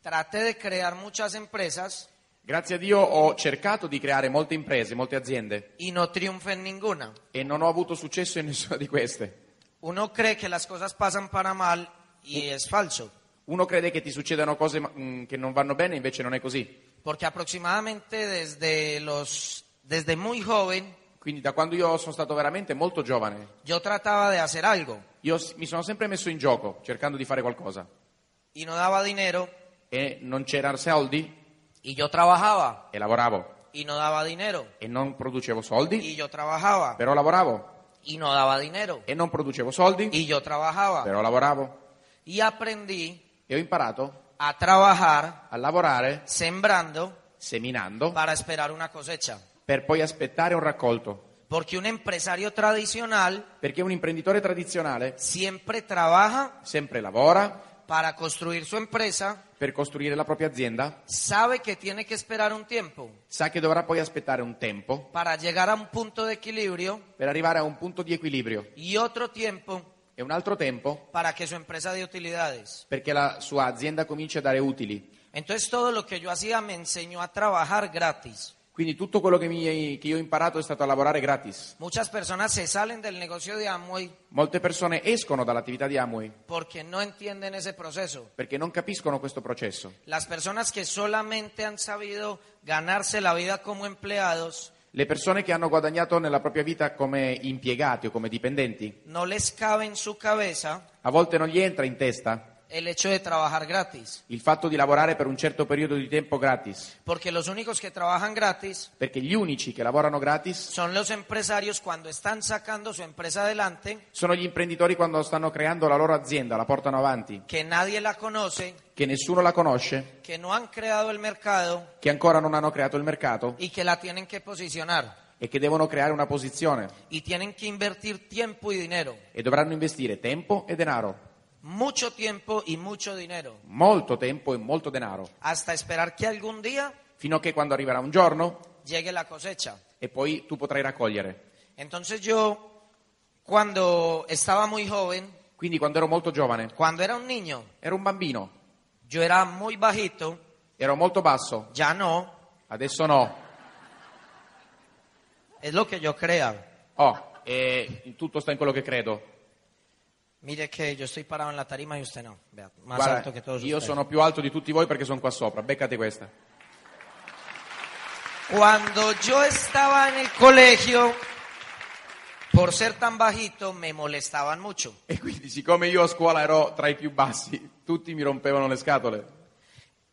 [SPEAKER 4] traté de crear muchas empresas
[SPEAKER 5] Grazie a Dio ho cercato di creare molte imprese, molte aziende
[SPEAKER 4] y no triunfé en ninguna.
[SPEAKER 5] e non ho avuto successo in *laughs* nessuna di queste.
[SPEAKER 4] Uno cree que las cosas pasan para mal y es falso,
[SPEAKER 5] Uno crede che ti succedano cose ma- mh, che non vanno bene, invece non è così.
[SPEAKER 4] porque aproximadamente desde los desde muy joven
[SPEAKER 5] Quindi da quando io sono stato veramente molto giovane,
[SPEAKER 4] yo trataba de hacer algo
[SPEAKER 5] io s- mi sono sempre messo in gioco cercando di fare qualcosa
[SPEAKER 4] y no daba dinero
[SPEAKER 5] e non c'erano soldi
[SPEAKER 4] y yo trabajaba
[SPEAKER 5] e lavoravo
[SPEAKER 4] y no daba dinero
[SPEAKER 5] e non producevo soldi,
[SPEAKER 4] y yo trabajaba
[SPEAKER 5] però lavoravo
[SPEAKER 4] y no daba dinero
[SPEAKER 5] e non producevo soldi,
[SPEAKER 4] y yo trabajaba
[SPEAKER 5] però lavoravo
[SPEAKER 4] y aprendí
[SPEAKER 5] e ho imparato
[SPEAKER 4] a trabajar
[SPEAKER 5] a lavorare
[SPEAKER 4] sembrando
[SPEAKER 5] seminando
[SPEAKER 4] para esperar una cosecha,
[SPEAKER 5] per poi aspettare un raccolto.
[SPEAKER 4] porque un empresario tradicional
[SPEAKER 5] Perché un imprenditore tradizionale
[SPEAKER 4] siempre trabaja
[SPEAKER 5] sempre lavora
[SPEAKER 4] para construir su empresa,
[SPEAKER 5] per costruire la propria azienda,
[SPEAKER 4] sabe que tiene que esperar un tiempo
[SPEAKER 5] sa che dovrà poi aspettare un tempo
[SPEAKER 4] para llegar a un punto de equilibrio
[SPEAKER 5] per arrivare a un punto di equilibrio
[SPEAKER 4] y otro tiempo
[SPEAKER 5] e un altro tempo
[SPEAKER 4] para que su empresa dé utilidades.
[SPEAKER 5] perché la sua azienda cominci a dare utili.
[SPEAKER 4] Entonces todo lo que yo hacía me enseñó a trabajar gratis.
[SPEAKER 5] Quindi tutto quello che, mi- che io ho imparato è stato a lavorare gratis.
[SPEAKER 4] Muchas personas se salen del negocio de Amway
[SPEAKER 5] Molte persone escono dall'attività di Amway
[SPEAKER 4] porque no entienden ese proceso.
[SPEAKER 5] perché non capiscono questo processo.
[SPEAKER 4] Las personas que solamente han sabido ganarse la vida como empleados,
[SPEAKER 5] Le persone che hanno guadagnato nella propria vita come impiegati o come dipendenti,
[SPEAKER 4] no les cabe en su cabeza
[SPEAKER 5] a volte non gli entra in testa
[SPEAKER 4] el hecho de trabajar gratis.
[SPEAKER 5] il fatto di lavorare per un certo periodo di tempo gratis,
[SPEAKER 4] Porque los únicos que trabajan gratis
[SPEAKER 5] perché gli unici che lavorano gratis
[SPEAKER 4] son los empresarios cuando están sacando su empresa adelante,
[SPEAKER 5] sono gli imprenditori quando stanno creando la loro azienda, la portano avanti,
[SPEAKER 4] que nadie la conoce,
[SPEAKER 5] che nessuno la conosce,
[SPEAKER 4] que no han creado el mercado
[SPEAKER 5] che ancora non hanno creato il mercato
[SPEAKER 4] y que la tienen que posicionar.
[SPEAKER 5] e che devono creare una posizione
[SPEAKER 4] Y tienen que invertir tiempo y dinero.
[SPEAKER 5] e dovranno investire tempo e denaro,
[SPEAKER 4] Mucho tiempo y mucho dinero.
[SPEAKER 5] molto tempo e molto denaro,
[SPEAKER 4] Hasta esperar que algún día
[SPEAKER 5] fino a che quando arriverà un giorno
[SPEAKER 4] llegue la cosecha.
[SPEAKER 5] e poi tu potrai raccogliere.
[SPEAKER 4] Entonces yo, cuando estaba muy joven,
[SPEAKER 5] Quindi quando ero molto giovane,
[SPEAKER 4] cuando era un niño,
[SPEAKER 5] ero un bambino,
[SPEAKER 4] yo era muy bajito,
[SPEAKER 5] Ero molto basso,
[SPEAKER 4] ya no,
[SPEAKER 5] adesso no.
[SPEAKER 4] es lo que yo crea.
[SPEAKER 5] Oh, e tutto sta in quello che credo.
[SPEAKER 4] Mire que yo estoy parado en la tarima y usted no, vea, más
[SPEAKER 5] Guarda,
[SPEAKER 4] alto que todos
[SPEAKER 5] io
[SPEAKER 4] ustedes.
[SPEAKER 5] sono più alto di tutti voi perché sono qua sopra, beccate questa.
[SPEAKER 4] Cuando yo estaba en el colegio, por ser tan bajito, me molestaban mucho.
[SPEAKER 5] E quindi siccome io a scuola ero tra i più bassi, tutti mi rompevano le scatole.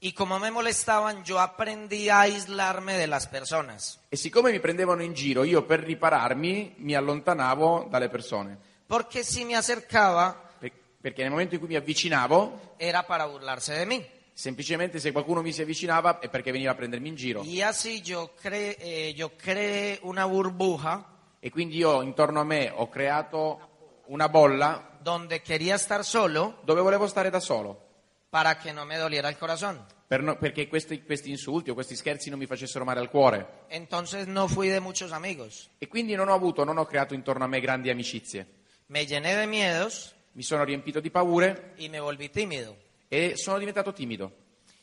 [SPEAKER 4] Y como me molestaban, yo aprendí a aislarme de las personas.
[SPEAKER 5] E siccome mi prendevano in giro, io per ripararmi mi allontanavo dalle persone.
[SPEAKER 4] Porque si me acercaba,
[SPEAKER 5] Per- perché nel momento in cui mi avvicinavo,
[SPEAKER 4] era para burlarse de mí.
[SPEAKER 5] semplicemente se qualcuno mi si avvicinava è perché veniva a prendermi in giro.
[SPEAKER 4] Y así yo creé, eh, yo creé una burbuja
[SPEAKER 5] E quindi io intorno a me ho creato una bolla
[SPEAKER 4] donde quería estar solo
[SPEAKER 5] dove volevo stare da solo.
[SPEAKER 4] para que no me doliera el corazón.
[SPEAKER 5] Per no- perché questi, questi insulti o questi scherzi non mi facessero male al cuore.
[SPEAKER 4] Entonces no fui de muchos amigos.
[SPEAKER 5] E quindi non ho avuto, non ho creato intorno a me grandi amicizie.
[SPEAKER 4] Me llené de miedos
[SPEAKER 5] Mi sono riempito di paure
[SPEAKER 4] y me volví tímido.
[SPEAKER 5] e sono diventato timido.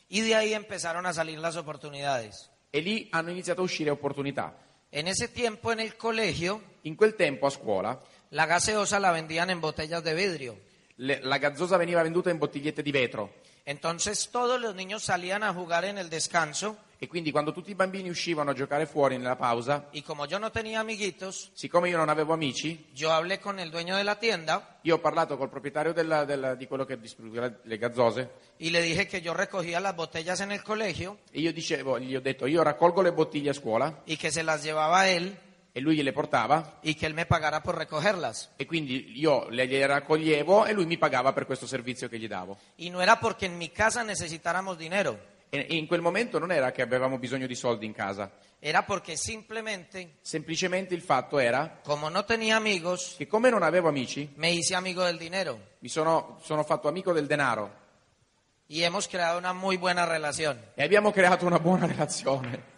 [SPEAKER 4] Y de ahí empezaron a salir las oportunidades.
[SPEAKER 5] E lì hanno iniziato a uscire opportunità.
[SPEAKER 4] En ese tiempo en el colegio,
[SPEAKER 5] In quel tempo a scuola
[SPEAKER 4] la gaseosa la vendían en botellas de vidrio.
[SPEAKER 5] le- la gazzosa veniva venduta in bottigliette di vetro
[SPEAKER 4] Entonces todos los niños salían a jugar en el descanso
[SPEAKER 5] e quindi quando tutti i bambini uscivano a giocare fuori nella pausa,
[SPEAKER 4] y como yo no tenía amiguitos,
[SPEAKER 5] siccome io non avevo amici,
[SPEAKER 4] yo hablé con el dueño de la tienda
[SPEAKER 5] io ho parlato col proprietario della- della- di quello che distribuiva le gazzose
[SPEAKER 4] y le dije que yo recogía las botellas en el colegio
[SPEAKER 5] e io dicevo, gli ho detto io raccolgo le bottiglie a scuola
[SPEAKER 4] y que se las llevaba a él
[SPEAKER 5] e lui le portava
[SPEAKER 4] y que él me pagara por recogerlas.
[SPEAKER 5] E quindi io le le raccoglievo e lui mi pagava per questo servizio che gli davo.
[SPEAKER 4] Y no era porque en mi casa necesitáramos dinero,
[SPEAKER 5] E e in quel momento non era che avevamo bisogno di soldi in casa,
[SPEAKER 4] era porque simplemente,
[SPEAKER 5] semplicemente il fatto era
[SPEAKER 4] como no tenía amigos,
[SPEAKER 5] che come non avevo amici,
[SPEAKER 4] me hice amigo del dinero
[SPEAKER 5] mi sono, sono fatto amico del denaro
[SPEAKER 4] y hemos creado una muy buena relación.
[SPEAKER 5] e abbiamo creato una buona *laughs* relazione.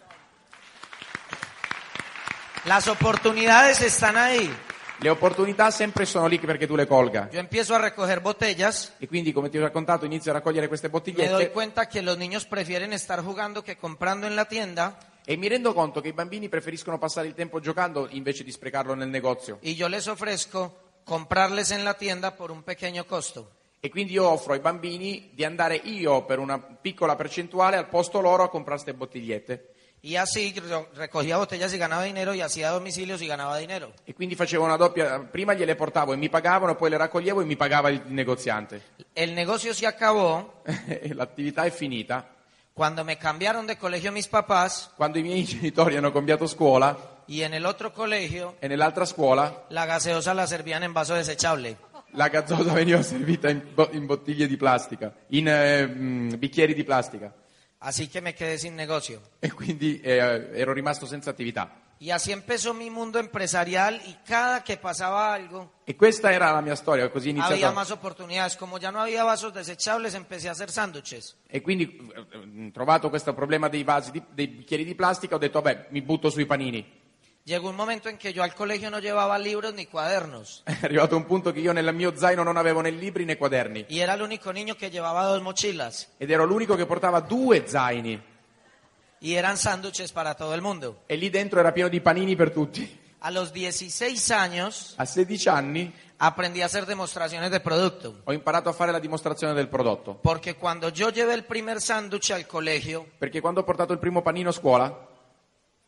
[SPEAKER 4] Las oportunidades están ahí.
[SPEAKER 5] Le opportunità sempre sono lì perché tu le colga.
[SPEAKER 4] Yo empiezo a recoger botellas,
[SPEAKER 5] E quindi, come ti ho raccontato, inizio a raccogliere queste
[SPEAKER 4] me doy
[SPEAKER 5] bottigliette
[SPEAKER 4] cuenta que los niños prefieren estar jugando que comprando en la tienda
[SPEAKER 5] e mi rendo conto che i bambini preferiscono passare il tempo giocando invece di sprecarlo nel negozio.
[SPEAKER 4] y yo les ofrezco comprarles en la tienda por un pequeño costo.
[SPEAKER 5] E quindi io offro ai bambini di andare io per una piccola percentuale al posto loro a comprare queste bottigliette.
[SPEAKER 4] Y así yo recogía botellas y ganaba dinero y hacía domicilios y ganaba dinero.
[SPEAKER 5] E quindi facevo una doppia, prima gliele portavo e mi pagavano, poi le raccoglievo e mi pagava il negoziante. *laughs*
[SPEAKER 4] El negocio se acabó
[SPEAKER 5] E L'attività è finita.
[SPEAKER 4] cuando me cambiaron de colegio mis papás
[SPEAKER 5] Quando i miei genitori hanno cambiato scuola
[SPEAKER 4] y en el otro colegio
[SPEAKER 5] e nell'altra scuola
[SPEAKER 4] la gaseosa la servían en vaso desechable.
[SPEAKER 5] la gazzosa *laughs* veniva servita in, bo- in bottiglie di plastica, in eh, mm, bicchieri di plastica.
[SPEAKER 4] Así que me quedé sin negocio.
[SPEAKER 5] E quindi eh, ero rimasto senza attività.
[SPEAKER 4] Y así empezó mi mundo empresarial y cada que pasaba algo
[SPEAKER 5] E questa era la mia storia, così è
[SPEAKER 4] había
[SPEAKER 5] iniziata.
[SPEAKER 4] más oportunidades. Como ya no había vasos desechables empecé a hacer sándwiches.
[SPEAKER 5] E quindi eh, eh, trovato questo problema dei vasi, di- dei bicchieri di plastica, ho detto vabbè, mi butto sui panini. *laughs*
[SPEAKER 4] Llegó un momento en que yo al colegio no llevaba libros ni cuadernos
[SPEAKER 5] È arrivato un punto che io nel mio zaino non avevo né libri né quaderni
[SPEAKER 4] y era el único niño que llevaba dos mochilas.
[SPEAKER 5] ed ero l'unico che portava due zaini.
[SPEAKER 4] y eran sándwiches para todo el mundo.
[SPEAKER 5] e lì dentro era pieno di panini per tutti. *laughs*
[SPEAKER 4] A los 16 años
[SPEAKER 5] A 16 anni
[SPEAKER 4] aprendí a hacer demostraciones de producto,
[SPEAKER 5] ho imparato a fare la dimostrazione del prodotto,
[SPEAKER 4] porque cuando yo llevé el primer sándwich al colegio,
[SPEAKER 5] perché quando ho portato il primo panino a scuola,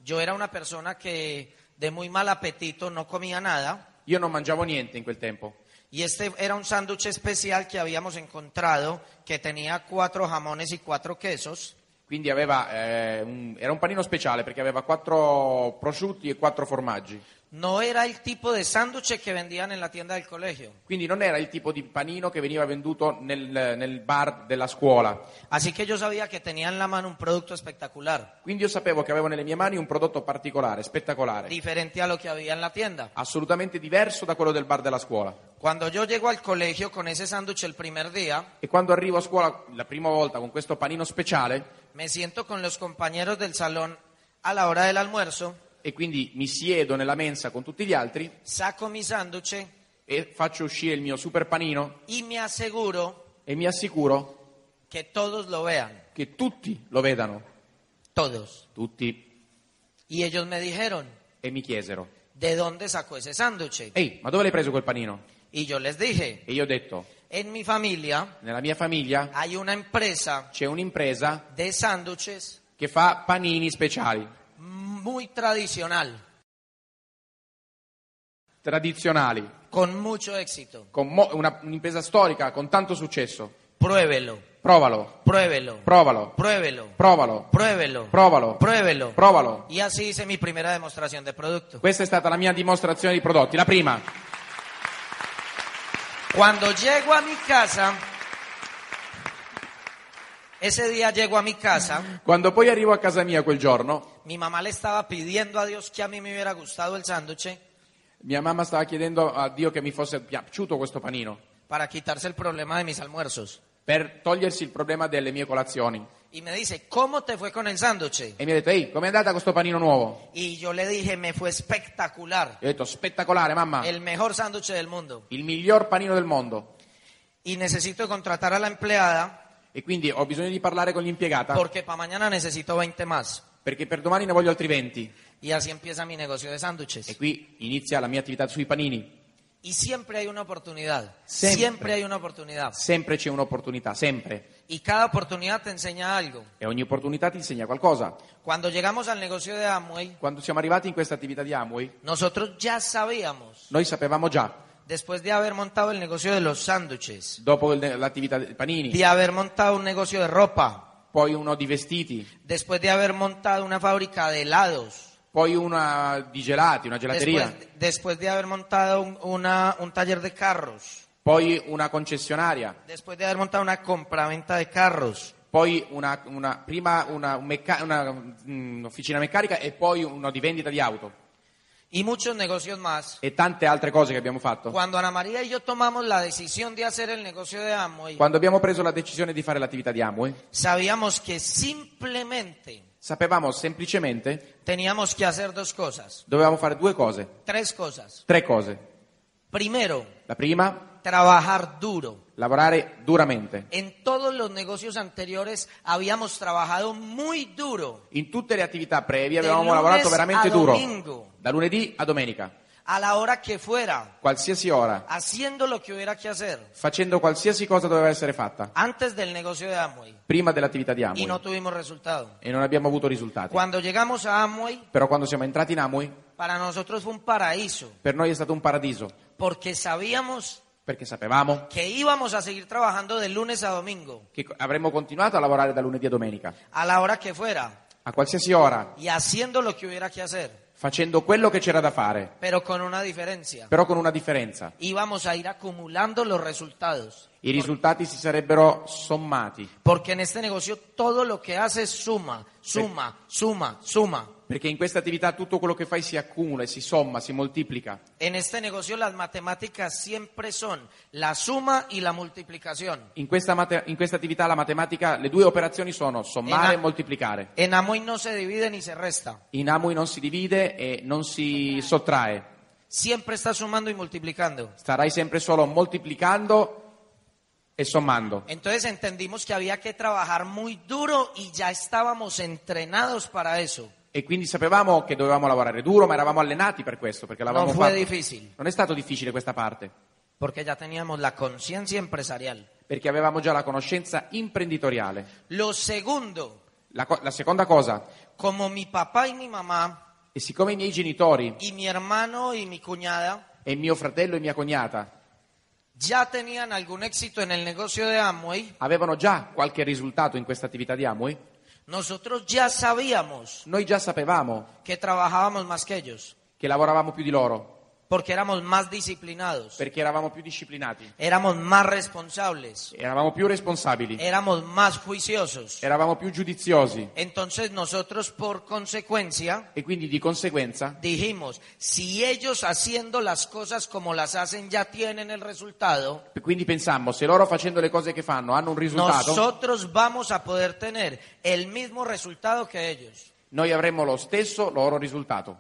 [SPEAKER 4] yo era una persona que de muy mal apetito no comía nada
[SPEAKER 5] io non mangiavo niente in quel tempo.
[SPEAKER 4] y este era un sándwich especial que habíamos encontrado que tenía cuatro jamones y cuatro quesos.
[SPEAKER 5] Quindi aveva, eh, un- era un panino speciale perché aveva quattro prosciutti e quattro formaggi.
[SPEAKER 4] No era el tipo de sándwich que vendían en la tienda del colegio.
[SPEAKER 5] Quindi non era il tipo di panino che veniva venduto nel, nel bar della scuola.
[SPEAKER 4] Así que yo sabía que tenía en la mano un producto espectacular,
[SPEAKER 5] Quindi io sapevo che avevo nelle mie mani un prodotto particolare, spettacolare,
[SPEAKER 4] diferente a lo que había en la tienda.
[SPEAKER 5] assolutamente diverso da quello del bar della scuola.
[SPEAKER 4] Cuando yo llego al colegio con ese sándwich el primer día,
[SPEAKER 5] E quando arrivo a scuola la prima volta con questo panino speciale
[SPEAKER 4] me siento con los compañeros del salón a la hora del almuerzo,
[SPEAKER 5] e quindi mi siedo nella mensa con tutti gli altri
[SPEAKER 4] saco mi sándwich
[SPEAKER 5] e faccio uscire il mio super panino
[SPEAKER 4] y me aseguro
[SPEAKER 5] e mi assicuro
[SPEAKER 4] que todos lo vean,
[SPEAKER 5] che tutti lo vedano,
[SPEAKER 4] todos.
[SPEAKER 5] tutti,
[SPEAKER 4] Y ellos me dijeron,
[SPEAKER 5] e mi chiesero,
[SPEAKER 4] ¿de dónde sacó ese sándwich?
[SPEAKER 5] ehi, ma dove l'hai preso quel panino?
[SPEAKER 4] Y yo les dije,
[SPEAKER 5] E io ho detto,
[SPEAKER 4] en mi familia
[SPEAKER 5] nella mia famiglia
[SPEAKER 4] hay una empresa
[SPEAKER 5] c'è un'impresa
[SPEAKER 4] de sándwiches
[SPEAKER 5] che fa panini speciali,
[SPEAKER 4] muy tradicional,
[SPEAKER 5] tradizionali,
[SPEAKER 4] con mucho éxito.
[SPEAKER 5] con mo- una- un'impresa storica con tanto successo.
[SPEAKER 4] Pruébelo,
[SPEAKER 5] Provalo,
[SPEAKER 4] pruébelo,
[SPEAKER 5] provalo,
[SPEAKER 4] pruébelo,
[SPEAKER 5] provalo.
[SPEAKER 4] pruébelo,
[SPEAKER 5] Provalo.
[SPEAKER 4] pruébelo.
[SPEAKER 5] Provalo.
[SPEAKER 4] Y así hice mi primera demostración de producto.
[SPEAKER 5] Questa è stata la mia dimostrazione di prodotti, la prima.
[SPEAKER 4] Cuando llego a mi casa, ese día llego a mi casa,
[SPEAKER 5] Quando poi arrivo a casa mia quel giorno,
[SPEAKER 4] mi mamá le estaba pidiendo a Dios que a mí me hubiera gustado el sándwich
[SPEAKER 5] mia mamma stava chiedendo a Dio che mi fosse piaciuto questo panino
[SPEAKER 4] para quitarse el problema de mis almuerzos.
[SPEAKER 5] per togliersi il problema delle mie colazioni.
[SPEAKER 4] Y me dice, ¿cómo te fue con el sándwich?
[SPEAKER 5] E mi ha detto, ehi, com'è andata questo panino nuovo?
[SPEAKER 4] Y yo le dije, me fue espectacular,
[SPEAKER 5] Io ho detto, spettacolare mamma,
[SPEAKER 4] el mejor sándwich del mundo.
[SPEAKER 5] il miglior panino del mondo.
[SPEAKER 4] Y necesito contratar a la empleada
[SPEAKER 5] E quindi ho bisogno di parlare con l'impiegata
[SPEAKER 4] porque para mañana necesito 20 más.
[SPEAKER 5] perché per domani ne voglio altri 20.
[SPEAKER 4] Y así empieza mi negocio de
[SPEAKER 5] E
[SPEAKER 4] sándwiches.
[SPEAKER 5] qui inizia la mia attività sui panini.
[SPEAKER 4] Y siempre hay una oportunidad.
[SPEAKER 5] Siempre.
[SPEAKER 4] Siempre hay una oportunidad.
[SPEAKER 5] Sempre c'è un'opportunità, sempre.
[SPEAKER 4] Y cada oportunidad te enseña algo.
[SPEAKER 5] E ogni opportunità ti insegna qualcosa.
[SPEAKER 4] Cuando llegamos al negocio de Amway,
[SPEAKER 5] Quando siamo arrivati in questa attività di Amway,
[SPEAKER 4] nosotros ya sabíamos,
[SPEAKER 5] noi sapevamo già,
[SPEAKER 4] después de haber montado el negocio de los sándwiches,
[SPEAKER 5] dopo il- l'attività dei panini,
[SPEAKER 4] de haber montado un negocio de ropa,
[SPEAKER 5] poi uno di vestiti,
[SPEAKER 4] después de haber montado una fábrica de helados,
[SPEAKER 5] poi una di gelati, una gelateria,
[SPEAKER 4] después, después de haber montado un, una- un taller de carros,
[SPEAKER 5] poi una concessionaria,
[SPEAKER 4] después de haber montado una compraventa de carros,
[SPEAKER 5] poi una, una- prima una, un mecca- una, mm, officina meccanica e poi uno di vendita di auto
[SPEAKER 4] y muchos negocios más.
[SPEAKER 5] e tante altre cose che abbiamo fatto.
[SPEAKER 4] Cuando Ana María y yo tomamos la decisión de hacer el negocio de Amway,
[SPEAKER 5] Quando abbiamo preso la decisione di fare l'attività di Amway,
[SPEAKER 4] sabíamos que simplemente
[SPEAKER 5] sapevamo semplicemente
[SPEAKER 4] teníamos que hacer dos cosas,
[SPEAKER 5] dovevamo fare due cose,
[SPEAKER 4] tres cosas.
[SPEAKER 5] tre cose.
[SPEAKER 4] Primero,
[SPEAKER 5] La prima,
[SPEAKER 4] trabajar duro.
[SPEAKER 5] lavorare duramente.
[SPEAKER 4] En todos los negocios anteriores habíamos trabajado muy duro.
[SPEAKER 5] In tutte le attività previe
[SPEAKER 4] Del
[SPEAKER 5] avevamo
[SPEAKER 4] lunes
[SPEAKER 5] lavorato veramente
[SPEAKER 4] a
[SPEAKER 5] duro,
[SPEAKER 4] domingo.
[SPEAKER 5] da lunedì a domenica,
[SPEAKER 4] A la hora que fuera,
[SPEAKER 5] qualsiasi ora,
[SPEAKER 4] haciendo lo que hubiera que hacer
[SPEAKER 5] facendo qualsiasi cosa doveva essere fatta,
[SPEAKER 4] antes del negocio de Amway.
[SPEAKER 5] prima dell'attività di
[SPEAKER 4] Y
[SPEAKER 5] Amway.
[SPEAKER 4] no tuvimos resultado.
[SPEAKER 5] E non abbiamo avuto risultati.
[SPEAKER 4] Cuando llegamos a Amway,
[SPEAKER 5] Però quando siamo entrati in Amway,
[SPEAKER 4] para nosotros fue un paraíso,
[SPEAKER 5] per noi è stato un paradiso,
[SPEAKER 4] porque sabíamos
[SPEAKER 5] perché sapevamo
[SPEAKER 4] que íbamos a seguir trabajando de lunes a domingo,
[SPEAKER 5] che co- avremmo continuato a lavorare da lunedì a domenica,
[SPEAKER 4] a la hora que fuera,
[SPEAKER 5] a qualsiasi ora,
[SPEAKER 4] y haciendo lo que hubiera que hacer,
[SPEAKER 5] facendo quello che c'era da fare,
[SPEAKER 4] pero con una diferencia.
[SPEAKER 5] però con una differenza.
[SPEAKER 4] íbamos a ir acumulando los resultados.
[SPEAKER 5] I risultati si sarebbero sommati,
[SPEAKER 4] Porque en este negocio todo lo que haces suma, suma, suma, suma.
[SPEAKER 5] perché in questa attività tutto quello che fai si accumula, e si somma, si moltiplica.
[SPEAKER 4] En este negocio las matemáticas siempre son la suma y la multiplicación.
[SPEAKER 5] In questa, mate- in questa attività la matematica, le due operazioni sono sommare
[SPEAKER 4] Ena-
[SPEAKER 5] e moltiplicare.
[SPEAKER 4] En Amoy no se divide ni se resta.
[SPEAKER 5] In Amui non si divide e non si sottrae.
[SPEAKER 4] Siempre estás sumando y multiplicando.
[SPEAKER 5] Starai sempre solo moltiplicando e e sommando.
[SPEAKER 4] Entonces entendimos que había que trabajar muy duro y ya estábamos entrenados para eso.
[SPEAKER 5] E quindi sapevamo che dovevamo lavorare duro, ma eravamo allenati per questo, perché
[SPEAKER 4] No
[SPEAKER 5] l'avevamo
[SPEAKER 4] fue
[SPEAKER 5] fatto.
[SPEAKER 4] difícil,
[SPEAKER 5] Non è stato difficile questa parte,
[SPEAKER 4] porque ya teníamos la conciencia empresarial.
[SPEAKER 5] perché avevamo già la conoscenza imprenditoriale.
[SPEAKER 4] Lo segundo,
[SPEAKER 5] La, co- la seconda cosa,
[SPEAKER 4] como mi papá y mi mamá
[SPEAKER 5] e siccome i miei genitori
[SPEAKER 4] y mi hermano y mi cuñada
[SPEAKER 5] e mio fratello e mia cognata
[SPEAKER 4] ya tenían algún éxito en el negocio de Amway,
[SPEAKER 5] avevano già qualche risultato in questa attività di Amway,
[SPEAKER 4] nosotros ya sabíamos
[SPEAKER 5] noi già sapevamo
[SPEAKER 4] que trabajábamos más que ellos,
[SPEAKER 5] che lavoravamo più di loro,
[SPEAKER 4] porque éramos más disciplinados,
[SPEAKER 5] perché eravamo più disciplinati,
[SPEAKER 4] éramos más responsables,
[SPEAKER 5] eravamo più responsabili,
[SPEAKER 4] éramos más juiciosos.
[SPEAKER 5] eravamo più giudiziosi
[SPEAKER 4] Entonces nosotros por consecuencia
[SPEAKER 5] e quindi di conseguenza
[SPEAKER 4] dijimos, si ellos haciendo las cosas como las hacen ya tienen el resultado,
[SPEAKER 5] Quindi pensammo, se loro facendo le cose che fanno hanno un risultato,
[SPEAKER 4] nosotros vamos a poder tener el mismo resultado que ellos.
[SPEAKER 5] noi avremmo lo stesso loro risultato.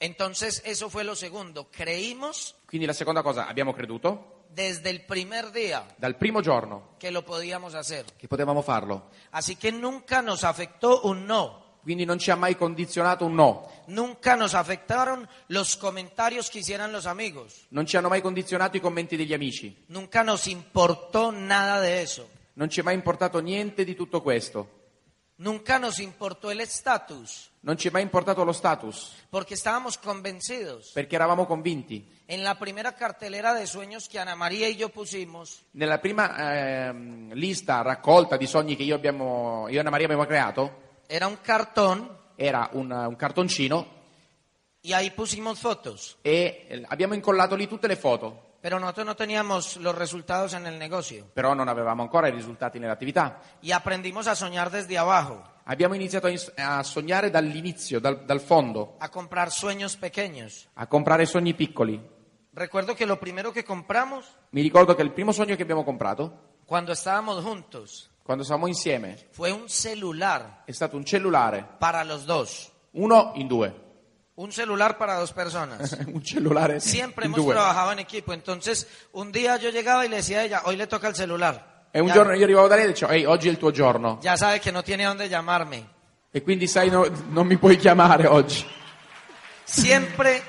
[SPEAKER 4] Entonces eso fue lo segundo, creímos
[SPEAKER 5] Quindi la seconda cosa, abbiamo creduto
[SPEAKER 4] desde el primer día
[SPEAKER 5] dal primo giorno
[SPEAKER 4] que lo podíamos hacer.
[SPEAKER 5] che potevamo farlo.
[SPEAKER 4] Así que nunca nos afectó un no,
[SPEAKER 5] Quindi non ci ha mai condizionato un no,
[SPEAKER 4] nunca nos afectaron los comentarios que hicieran los amigos,
[SPEAKER 5] non ci hanno mai condizionato i commenti degli amici,
[SPEAKER 4] nunca nos importó nada de eso.
[SPEAKER 5] non ci è mai importato niente di tutto questo,
[SPEAKER 4] Nunca nos importó el estatus,
[SPEAKER 5] non ci è mai importato lo status,
[SPEAKER 4] porque estábamos convencidos.
[SPEAKER 5] perché eravamo convinti.
[SPEAKER 4] En la primera cartelera de sueños que Ana María y yo pusimos,
[SPEAKER 5] Nella prima ehm, lista raccolta di sogni che io, abbiamo, io e Anna Maria abbiamo creato,
[SPEAKER 4] era un cartón
[SPEAKER 5] era un, un cartoncino
[SPEAKER 4] y ahí pusimos fotos,
[SPEAKER 5] e eh, abbiamo incollato lì tutte le foto
[SPEAKER 4] pero nosotros no teníamos los resultados en el negocio
[SPEAKER 5] però non avevamo ancora i risultati nell'attività.
[SPEAKER 4] y aprendimos a soñar desde abajo,
[SPEAKER 5] Abbiamo iniziato a ins- a sognare dall'inizio, dal, dal fondo,
[SPEAKER 4] a comprar sueños pequeños.
[SPEAKER 5] a comprare sogni piccoli.
[SPEAKER 4] Recuerdo que lo primero que compramos
[SPEAKER 5] Mi ricordo che il primo sogno che abbiamo comprato,
[SPEAKER 4] cuando estábamos juntos
[SPEAKER 5] quando stavamo insieme,
[SPEAKER 4] fue un celular
[SPEAKER 5] è stato un cellulare,
[SPEAKER 4] para los dos,
[SPEAKER 5] uno in due.
[SPEAKER 4] un celular para dos personas.
[SPEAKER 5] *laughs* un cellulare
[SPEAKER 4] Siempre
[SPEAKER 5] in
[SPEAKER 4] hemos
[SPEAKER 5] due.
[SPEAKER 4] trabajado en equipo. Entonces, un día yo llegaba y le decía a ella, hoy le toca el celular.
[SPEAKER 5] E un
[SPEAKER 4] ya,
[SPEAKER 5] giorno io arrivavo da lei e dicevo, ehi, oggi è il tuo giorno.
[SPEAKER 4] ya sabe que no tiene a dónde llamarme.
[SPEAKER 5] E quindi sai, no- non mi puoi chiamare oggi.
[SPEAKER 4] Siempre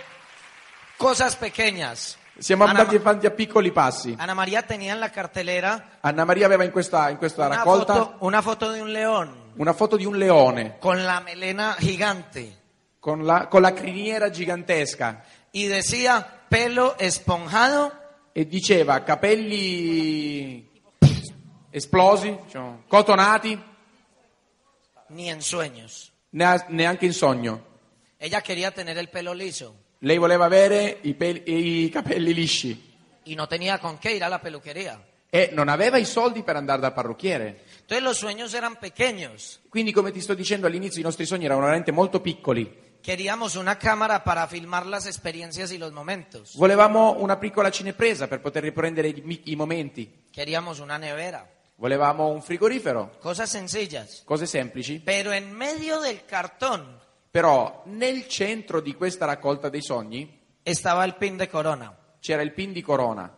[SPEAKER 4] cosas pequeñas.
[SPEAKER 5] Siamo
[SPEAKER 4] Anna,
[SPEAKER 5] andati avanti a piccoli passi.
[SPEAKER 4] Ana María tenía en la cartelera
[SPEAKER 5] Anna Maria aveva in questa, in questa
[SPEAKER 4] una
[SPEAKER 5] raccolta
[SPEAKER 4] foto, una foto de un león
[SPEAKER 5] una foto di un leone
[SPEAKER 4] con la melena gigante
[SPEAKER 5] con la- con la criniera gigantesca.
[SPEAKER 4] y decía pelo esponjado
[SPEAKER 5] e diceva capelli esplosi, diciamo, cotonati,
[SPEAKER 4] ni en sueños.
[SPEAKER 5] nea- neanche in sogno.
[SPEAKER 4] Ella quería tener el pelo liso
[SPEAKER 5] Lei voleva avere i, pel- i capelli lisci
[SPEAKER 4] y no tenía con qué ir a la peluquería.
[SPEAKER 5] e non aveva i soldi per andare dal parrucchiere.
[SPEAKER 4] Entonces los sueños eran pequeños.
[SPEAKER 5] Quindi, come ti sto dicendo all'inizio, i nostri sogni erano veramente molto piccoli.
[SPEAKER 4] Queríamos una cámara para filmar las experiencias y los momentos.
[SPEAKER 5] Volevamo una piccola cinepresa per poter riprendere i, mi- i momenti.
[SPEAKER 4] Queríamos una nevera.
[SPEAKER 5] Volevamo un frigorifero,
[SPEAKER 4] Cosas sencillas.
[SPEAKER 5] cose semplici.
[SPEAKER 4] Pero en medio del cartón
[SPEAKER 5] Però nel centro di questa raccolta dei sogni
[SPEAKER 4] estaba el pin de corona.
[SPEAKER 5] c'era il pin di corona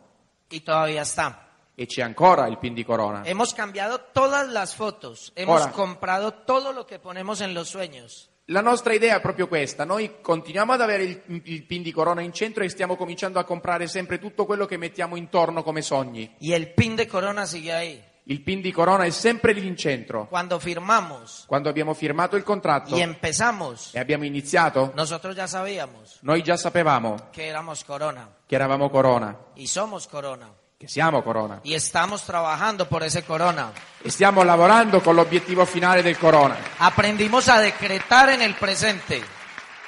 [SPEAKER 4] Y todavía está.
[SPEAKER 5] e c'è ancora il pin di corona.
[SPEAKER 4] Hemos cambiado todas las fotos. Hemos
[SPEAKER 5] Ahora.
[SPEAKER 4] comprado todo lo que ponemos en los sueños.
[SPEAKER 5] La nostra idea è proprio questa, noi continuiamo ad avere il, il pin di corona in centro e stiamo cominciando a comprare sempre tutto quello che mettiamo intorno come sogni.
[SPEAKER 4] Y el pin de corona sigue ahí.
[SPEAKER 5] Il pin di corona è sempre lì in centro.
[SPEAKER 4] Cuando firmamos
[SPEAKER 5] Quando abbiamo firmato il contratto
[SPEAKER 4] y empezamos,
[SPEAKER 5] e abbiamo iniziato,
[SPEAKER 4] nosotros ya sabíamos
[SPEAKER 5] noi già sapevamo
[SPEAKER 4] que éramos corona.
[SPEAKER 5] che eravamo corona,
[SPEAKER 4] Y somos corona.
[SPEAKER 5] che siamo corona
[SPEAKER 4] Y estamos trabajando por ese corona.
[SPEAKER 5] e stiamo lavorando con l'obiettivo finale del corona.
[SPEAKER 4] Aprendimos a decretar en el presente.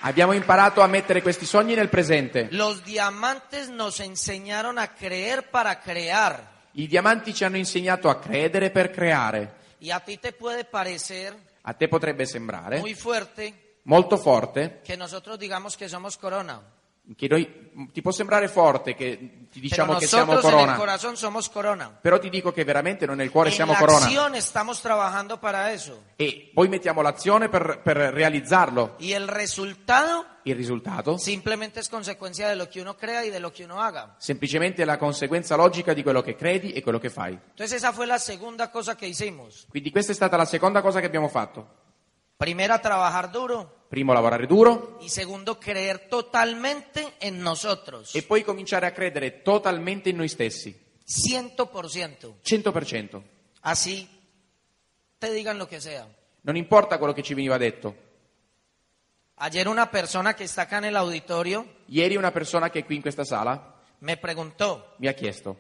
[SPEAKER 5] Abbiamo imparato a mettere questi sogni nel presente.
[SPEAKER 4] Los diamantes nos enseñaron a creer para crear.
[SPEAKER 5] I diamanti ci hanno insegnato a credere per creare.
[SPEAKER 4] Y a ti te puede parecer
[SPEAKER 5] A te potrebbe sembrare
[SPEAKER 4] muy fuerte
[SPEAKER 5] molto forte
[SPEAKER 4] que nosotros digamos que somos corona.
[SPEAKER 5] Che noi, ti può sembrare forte che ti diciamo
[SPEAKER 4] Pero
[SPEAKER 5] che siamo
[SPEAKER 4] nosotros en
[SPEAKER 5] corona,
[SPEAKER 4] el corazón somos corona.
[SPEAKER 5] però ti dico che veramente noi nel cuore
[SPEAKER 4] en
[SPEAKER 5] siamo
[SPEAKER 4] la
[SPEAKER 5] corona.
[SPEAKER 4] acción estamos trabajando para eso.
[SPEAKER 5] E poi mettiamo l'azione per, per realizzarlo.
[SPEAKER 4] Y el resultado
[SPEAKER 5] Il risultato
[SPEAKER 4] simplemente es consecuencia de lo que uno crea y de lo que uno haga.
[SPEAKER 5] semplicemente è la conseguenza logica di quello che credi e quello che fai.
[SPEAKER 4] Entonces esa fue la segunda cosa que hicimos.
[SPEAKER 5] Quindi questa è stata la seconda cosa che abbiamo fatto.
[SPEAKER 4] Primera, trabajar duro.
[SPEAKER 5] Primo lavorare duro
[SPEAKER 4] Y segundo, creer totalmente en nosotros.
[SPEAKER 5] e poi cominciare a credere totalmente in noi stessi,
[SPEAKER 4] Ciento por ciento.
[SPEAKER 5] 100%.
[SPEAKER 4] Así te digan lo que sea.
[SPEAKER 5] Non importa quello che ci veniva detto.
[SPEAKER 4] Ayer una persona que está acá en el auditorio
[SPEAKER 5] Ieri una persona che è qui in questa sala
[SPEAKER 4] me preguntó,
[SPEAKER 5] mi ha chiesto,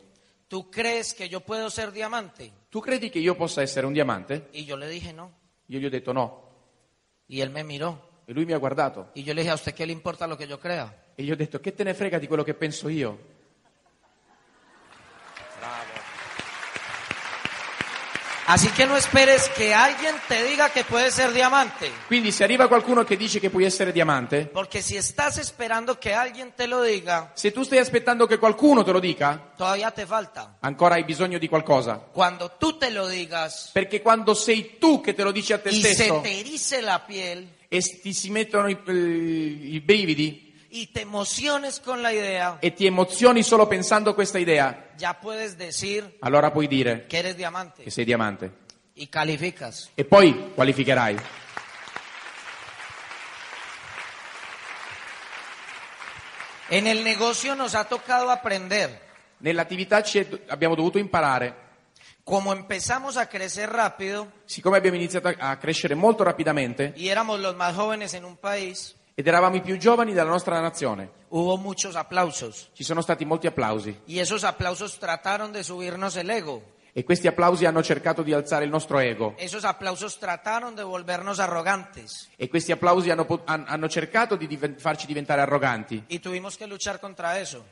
[SPEAKER 4] ¿tú crees que yo puedo ser diamante?
[SPEAKER 5] tu credi che io possa essere un diamante?
[SPEAKER 4] Y yo le dije no.
[SPEAKER 5] Io gli ho detto no.
[SPEAKER 4] Y él me miró.
[SPEAKER 5] E lui mi ha guardato
[SPEAKER 4] Y yo le dije, ¿a usted qué le importa lo que yo crea?
[SPEAKER 5] e gli ho detto che te ne frega di quello che penso io.
[SPEAKER 4] Así que no esperes que alguien te diga que puedes ser diamante.
[SPEAKER 5] Quindi se arriva qualcuno che dice che puoi essere diamante,
[SPEAKER 4] Porque si estás esperando que alguien te lo diga,
[SPEAKER 5] se tu stai aspettando che qualcuno te lo dica,
[SPEAKER 4] todavía te falta.
[SPEAKER 5] ancora hai bisogno di qualcosa.
[SPEAKER 4] Cuando tú te lo digas
[SPEAKER 5] Perché quando sei tu che te lo dici a te
[SPEAKER 4] y se
[SPEAKER 5] stesso
[SPEAKER 4] te erice la piel
[SPEAKER 5] e s- ti si mettono i, eh, i brividi
[SPEAKER 4] y te emociones con la idea,
[SPEAKER 5] e ti emozioni solo pensando a questa idea,
[SPEAKER 4] ya puedes decir
[SPEAKER 5] allora puoi dire
[SPEAKER 4] que eres diamante
[SPEAKER 5] che sei diamante.
[SPEAKER 4] y calificas.
[SPEAKER 5] E poi qualificherai.
[SPEAKER 4] En el negocio nos ha tocado aprender.
[SPEAKER 5] Nell'attività ci è- abbiamo dovuto imparare,
[SPEAKER 4] Como empezamos a crecer rápido
[SPEAKER 5] siccome abbiamo iniziato a- a crescere molto rapidamente
[SPEAKER 4] y éramos los más jóvenes en un país,
[SPEAKER 5] ed eravamo i più giovani della nostra nazione,
[SPEAKER 4] hubo muchos aplausos.
[SPEAKER 5] ci sono stati molti applausi
[SPEAKER 4] Y esos aplausos trataron de subirnos el ego.
[SPEAKER 5] e questi applausi hanno cercato di alzare il nostro ego
[SPEAKER 4] Esos aplausos trataron de volvernos arrogantes.
[SPEAKER 5] e questi applausi hanno, pot- han- hanno cercato di diven- farci diventare arroganti.
[SPEAKER 4] Y tuvimos que luchar contra eso.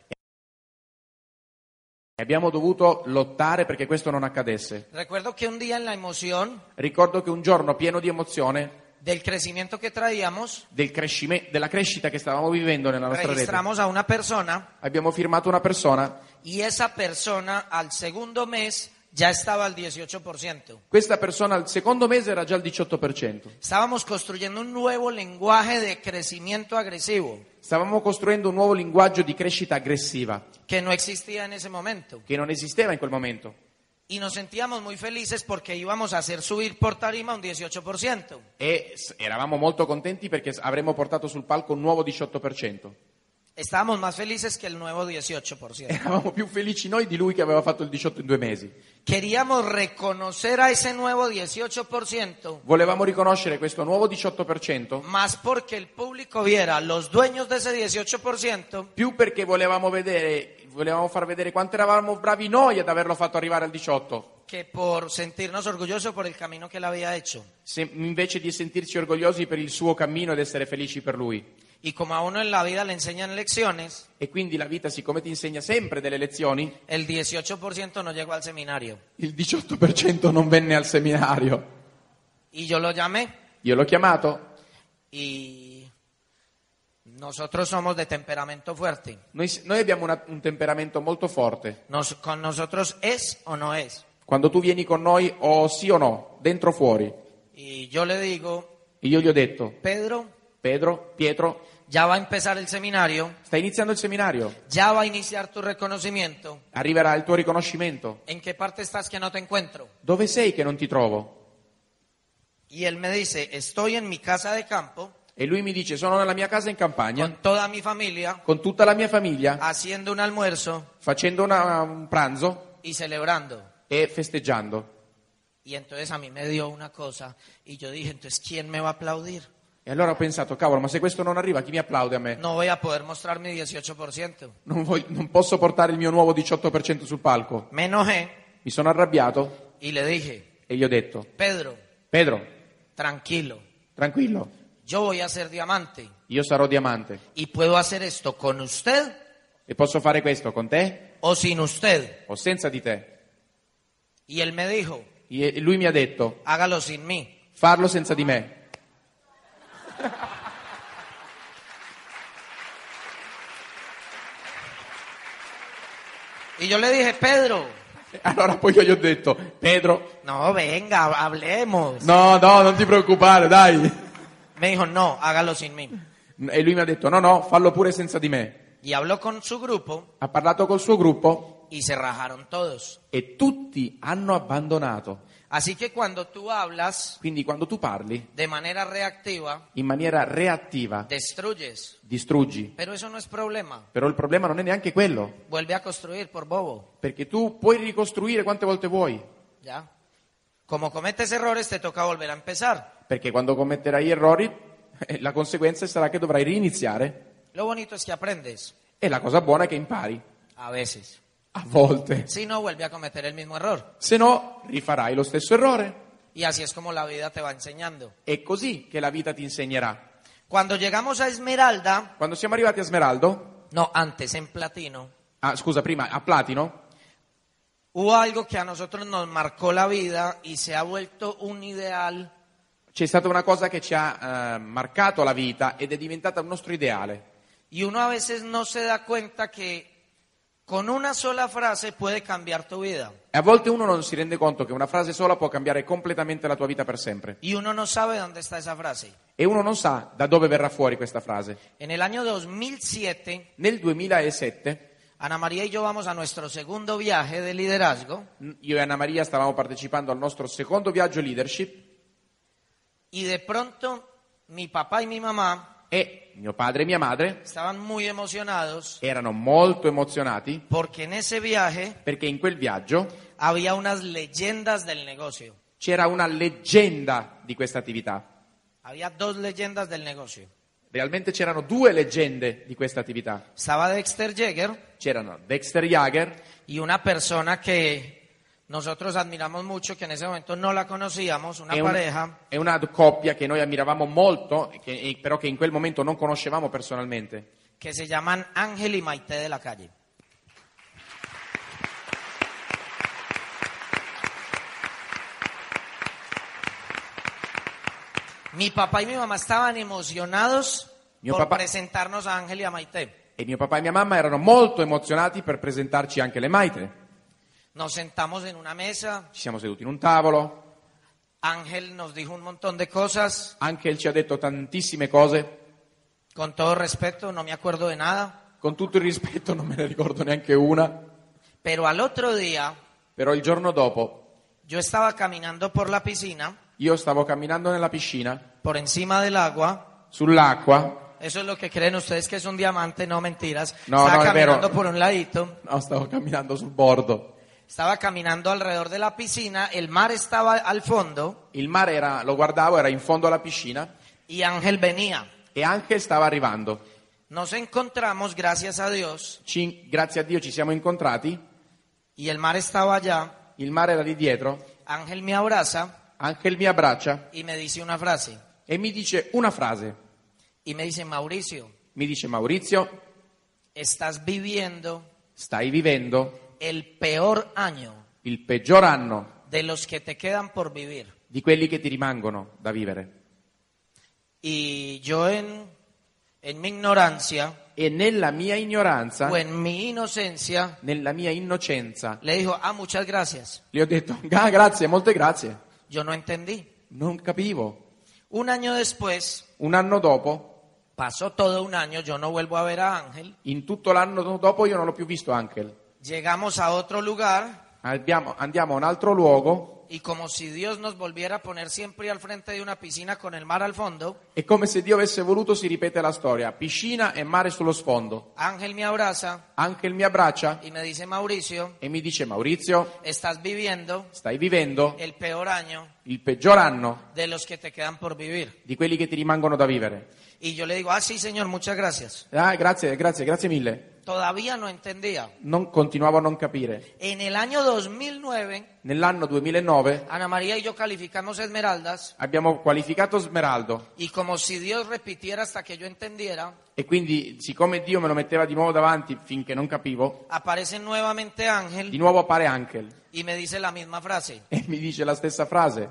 [SPEAKER 5] E abbiamo dovuto lottare perché questo non accadesse.
[SPEAKER 4] Recuerdo que un día en la emoción
[SPEAKER 5] Ricordo che un giorno pieno di emozione
[SPEAKER 4] del crecimiento que traíamos,
[SPEAKER 5] del crescime- della crescita che stavamo vivendo nella nostra rete
[SPEAKER 4] registramos a una persona
[SPEAKER 5] abbiamo firmato una persona,
[SPEAKER 4] y esa persona al segundo mes ya estaba al 18%.
[SPEAKER 5] questa persona al secondo mese era già al 18%.
[SPEAKER 4] Estábamos construyendo un nuevo lenguaje de crecimiento agresivo
[SPEAKER 5] Stavamo costruendo un nuovo linguaggio di crescita aggressiva
[SPEAKER 4] que no existía en ese momento.
[SPEAKER 5] che non esisteva in quel momento
[SPEAKER 4] Y nos sentíamos muy felices porque íbamos a hacer subir por tarima un 18%.
[SPEAKER 5] e s- eravamo molto contenti perché s- avremmo portato sul palco un nuovo 18%.
[SPEAKER 4] Estábamos más felices que el nuevo 18%.
[SPEAKER 5] *laughs* Eravamo più felici noi di lui che aveva fatto il 18 in due mesi.
[SPEAKER 4] Queríamos reconocer a ese nuevo 18%,
[SPEAKER 5] Volevamo riconoscere questo nuovo 18%
[SPEAKER 4] más porque el público viera a los dueños de ese 18%,
[SPEAKER 5] più perché volevamo vedere, volevamo far vedere quanto eravamo bravi noi ad averlo fatto arrivare al 18,
[SPEAKER 4] que por sentirnos orgullosos por el camino que él había hecho.
[SPEAKER 5] se- invece di sentirci orgogliosi per il suo cammino ed essere felici per lui.
[SPEAKER 4] Y como a uno en la vida le enseñan lecciones,
[SPEAKER 5] E quindi la vita, siccome ti insegna sempre delle lezioni,
[SPEAKER 4] el 18% no llegó al seminario.
[SPEAKER 5] il 18% non venne al seminario.
[SPEAKER 4] Y yo lo llamé
[SPEAKER 5] Io l'ho chiamato,
[SPEAKER 4] y nosotros somos de temperamento fuerte.
[SPEAKER 5] noi, noi abbiamo una- un temperamento molto forte.
[SPEAKER 4] Nos- con nosotros es o no es.
[SPEAKER 5] Quando tu vieni con noi o sì o no, dentro o fuori.
[SPEAKER 4] Y yo le digo,
[SPEAKER 5] E io gli ho detto,
[SPEAKER 4] Pedro,
[SPEAKER 5] Pedro, Pietro,
[SPEAKER 4] ya va a empezar el seminario.
[SPEAKER 5] stai iniziando il seminario,
[SPEAKER 4] Ya va a iniciar tu reconocimiento.
[SPEAKER 5] arriverà il tuo riconoscimento.
[SPEAKER 4] ¿En qué parte estás que no te encuentro?
[SPEAKER 5] Dove sei che non ti trovo?
[SPEAKER 4] Y él me dice, estoy en mi casa de campo,
[SPEAKER 5] E lui mi dice, sono nella mia casa in campagna,
[SPEAKER 4] con toda mi familia,
[SPEAKER 5] con tutta la mia famiglia,
[SPEAKER 4] haciendo un almuerzo
[SPEAKER 5] facendo una- un pranzo
[SPEAKER 4] y celebrando.
[SPEAKER 5] e festeggiando.
[SPEAKER 4] Y entonces a mí me dio una cosa y yo dije, entonces, ¿quién me va a aplaudir?
[SPEAKER 5] E allora ho pensato, cavolo, ma se questo non arriva, chi mi applaude a me?
[SPEAKER 4] No voy a poder mostrar mi 18%.
[SPEAKER 5] Non, voglio- non posso portare il mio nuovo 18% sul palco.
[SPEAKER 4] Me enojé
[SPEAKER 5] Mi sono arrabbiato
[SPEAKER 4] y le dije,
[SPEAKER 5] e gli ho detto,
[SPEAKER 4] Pedro,
[SPEAKER 5] Pedro,
[SPEAKER 4] tranquilo,
[SPEAKER 5] tranquillo,
[SPEAKER 4] yo voy a ser diamante
[SPEAKER 5] io sarò diamante
[SPEAKER 4] y puedo hacer esto con usted
[SPEAKER 5] e posso fare questo con te
[SPEAKER 4] o sin usted.
[SPEAKER 5] o senza di te.
[SPEAKER 4] Y él me dijo,
[SPEAKER 5] E lui mi ha detto,
[SPEAKER 4] hágalo sin mí.
[SPEAKER 5] farlo senza di me.
[SPEAKER 4] Y yo le dije, Pedro,
[SPEAKER 5] Allora poi io gli ho detto, Pedro,
[SPEAKER 4] no, venga, hablemos.
[SPEAKER 5] no, no, non ti preoccupare, dai.
[SPEAKER 4] Me dijo, no, hágalo sin mí.
[SPEAKER 5] E lui mi ha detto, no, no, fallo pure senza di me.
[SPEAKER 4] Y habló con su grupo
[SPEAKER 5] Ha parlato col suo gruppo
[SPEAKER 4] y se rajaron todos.
[SPEAKER 5] e tutti hanno abbandonato.
[SPEAKER 4] Así que cuando tú hablas
[SPEAKER 5] Quindi quando tu parli
[SPEAKER 4] de manera reactiva,
[SPEAKER 5] in maniera reattiva,
[SPEAKER 4] destruyes.
[SPEAKER 5] distruggi.
[SPEAKER 4] Pero eso no es problema.
[SPEAKER 5] Però il problema non è neanche quello,
[SPEAKER 4] Vuelve a construir por bobo.
[SPEAKER 5] perché tu puoi ricostruire quante volte vuoi,
[SPEAKER 4] ¿Ya? Como cometes errores, te toca volver a empezar.
[SPEAKER 5] perché quando commetterai errori eh, la conseguenza sarà che dovrai riniziare
[SPEAKER 4] Lo bonito es que aprendes.
[SPEAKER 5] e la cosa buona è che impari,
[SPEAKER 4] A veces.
[SPEAKER 5] a volte.
[SPEAKER 4] Si no, vuelve a cometer el mismo error.
[SPEAKER 5] Se no, rifarai lo stesso errore.
[SPEAKER 4] Y así es como la vida te va enseñando.
[SPEAKER 5] È così che la vita ti insegnerà.
[SPEAKER 4] Cuando llegamos a Esmeralda,
[SPEAKER 5] Quando siamo arrivati a Smeraldo,
[SPEAKER 4] no, antes en Platino,
[SPEAKER 5] ah, scusa, prima a Platino,
[SPEAKER 4] hubo algo que a nosotros nos marcó la vida y se ha vuelto un ideal
[SPEAKER 5] c'è stata una cosa che ci ha eh, marcato la vita ed è diventata un nostro ideale.
[SPEAKER 4] y uno a veces no se da cuenta que con una sola frase puede cambiar tu vida.
[SPEAKER 5] E a volte uno non si rende conto che una frase sola può cambiare completamente la tua vita per sempre.
[SPEAKER 4] Y uno no sabe dónde está esa frase.
[SPEAKER 5] E uno non sa da dove verrà fuori questa frase.
[SPEAKER 4] En el año 2007,
[SPEAKER 5] Nel 2007
[SPEAKER 4] Ana María y yo vamos a nuestro segundo viaje de liderazgo
[SPEAKER 5] mh, io e Anna Maria stavamo partecipando al nostro secondo viaggio leadership
[SPEAKER 4] y de pronto mi papá y mi mamá
[SPEAKER 5] e mio padre e mia madre
[SPEAKER 4] estaban muy emocionados
[SPEAKER 5] erano molto emozionati
[SPEAKER 4] porque en ese viaje
[SPEAKER 5] perché in quel viaggio
[SPEAKER 4] había unas leyendas del negocio.
[SPEAKER 5] c'era una leggenda di questa attività.
[SPEAKER 4] Había dos leyendas del negocio.
[SPEAKER 5] Realmente c'erano due leggende di questa attività.
[SPEAKER 4] Estaba Dexter Yeager
[SPEAKER 5] c'erano Dexter Jager
[SPEAKER 4] y una persona que nosotros admiramos mucho, que en ese momento no la conocíamos, una
[SPEAKER 5] e, un-
[SPEAKER 4] pareja,
[SPEAKER 5] e una coppia che noi ammiravamo molto, e che- e- però che in quel momento non conoscevamo personalmente.
[SPEAKER 4] que se llaman Ángel y Maite de la calle. Mi papá y mi mamá estaban emocionados
[SPEAKER 5] Mio
[SPEAKER 4] por
[SPEAKER 5] papá-
[SPEAKER 4] presentarnos a Ángel y a Maite.
[SPEAKER 5] E mio papà e mia mamma erano molto emozionati per presentarci anche le Maite.
[SPEAKER 4] Nos sentamos en una mesa,
[SPEAKER 5] Ci siamo seduti in un tavolo,
[SPEAKER 4] Ángel nos dijo un montón de cosas,
[SPEAKER 5] Angel ci ha detto tantissime cose,
[SPEAKER 4] Con todo respeto, no me acuerdo de nada,
[SPEAKER 5] con tutto il rispetto non me ne ricordo neanche una,
[SPEAKER 4] pero al otro día
[SPEAKER 5] però il giorno dopo
[SPEAKER 4] yo estaba caminando por la piscina,
[SPEAKER 5] io stavo camminando nella piscina,
[SPEAKER 4] por encima del agua.
[SPEAKER 5] sull'acqua,
[SPEAKER 4] Eso es lo que creen ustedes que es un diamante, no mentiras.
[SPEAKER 5] No,
[SPEAKER 4] estaba
[SPEAKER 5] no, es
[SPEAKER 4] caminando
[SPEAKER 5] vero.
[SPEAKER 4] por un ladito,
[SPEAKER 5] no, stavo camminando sul bordo.
[SPEAKER 4] estaba caminando alrededor de la piscina, el mar estaba al fondo
[SPEAKER 5] Il mare era, lo guardavo, era in fondo alla piscina
[SPEAKER 4] y Ángel venía.
[SPEAKER 5] e Angel stava arrivando.
[SPEAKER 4] Nos encontramos, gracias a Dios,
[SPEAKER 5] Ci- grazie a Dio ci siamo incontrati,
[SPEAKER 4] y el mar estaba allá.
[SPEAKER 5] il mare era lì dietro,
[SPEAKER 4] Ángel me abraza
[SPEAKER 5] Angel mi abbraccia
[SPEAKER 4] y me dice una frase.
[SPEAKER 5] e mi dice una frase.
[SPEAKER 4] Y me dice, Mauricio,
[SPEAKER 5] Mi dice Maurizio,
[SPEAKER 4] estás viviendo
[SPEAKER 5] stai vivendo
[SPEAKER 4] el peor año
[SPEAKER 5] il peggior anno
[SPEAKER 4] de los que te quedan por vivir.
[SPEAKER 5] di quelli che ti rimangono da vivere.
[SPEAKER 4] Y yo en, en mi ignorancia
[SPEAKER 5] E nella mia ignoranza,
[SPEAKER 4] o en mi inocencia
[SPEAKER 5] nella mia innocenza,
[SPEAKER 4] le dijo, ah, muchas gracias.
[SPEAKER 5] le ho detto, ah, grazie, molte grazie.
[SPEAKER 4] Yo no entendí.
[SPEAKER 5] Non capivo.
[SPEAKER 4] Un año después,
[SPEAKER 5] Un anno dopo,
[SPEAKER 4] pasó todo un año, yo no vuelvo a ver a Ángel,
[SPEAKER 5] in tutto l'anno dopo io non l'ho più visto Angel.
[SPEAKER 4] llegamos a otro lugar
[SPEAKER 5] Abbiamo- andiamo a un altro luogo
[SPEAKER 4] y como si Dios nos volviera a poner siempre al frente de una piscina con el mar al fondo,
[SPEAKER 5] e come se Dio avesse voluto si ripete la storia, piscina e mare sullo sfondo.
[SPEAKER 4] Ángel me abraza
[SPEAKER 5] Angel mi abbraccia
[SPEAKER 4] y me dice, Mauricio,
[SPEAKER 5] e mi dice Maurizio,
[SPEAKER 4] estás viviendo
[SPEAKER 5] stai vivendo
[SPEAKER 4] el peor año
[SPEAKER 5] il peggior anno
[SPEAKER 4] de los que te quedan por vivir.
[SPEAKER 5] di quelli che ti rimangono da vivere.
[SPEAKER 4] Y yo le digo, ah, sí, señor, muchas gracias.
[SPEAKER 5] Ah, grazie, grazie, grazie mille.
[SPEAKER 4] Todavía no entendía.
[SPEAKER 5] Non, continuavo a non capire.
[SPEAKER 4] En el año 2009,
[SPEAKER 5] Nell'anno 2009
[SPEAKER 4] Ana María y yo calificamos Esmeraldas
[SPEAKER 5] abbiamo qualificato Smeraldo
[SPEAKER 4] y como si Dios repitiera hasta que yo entendiera,
[SPEAKER 5] e quindi siccome Dio me lo metteva di nuovo davanti finché non capivo,
[SPEAKER 4] aparece nuevamente
[SPEAKER 5] di
[SPEAKER 4] Ángel
[SPEAKER 5] nuovo appare Angel
[SPEAKER 4] y me dice la misma frase.
[SPEAKER 5] e mi dice la stessa frase.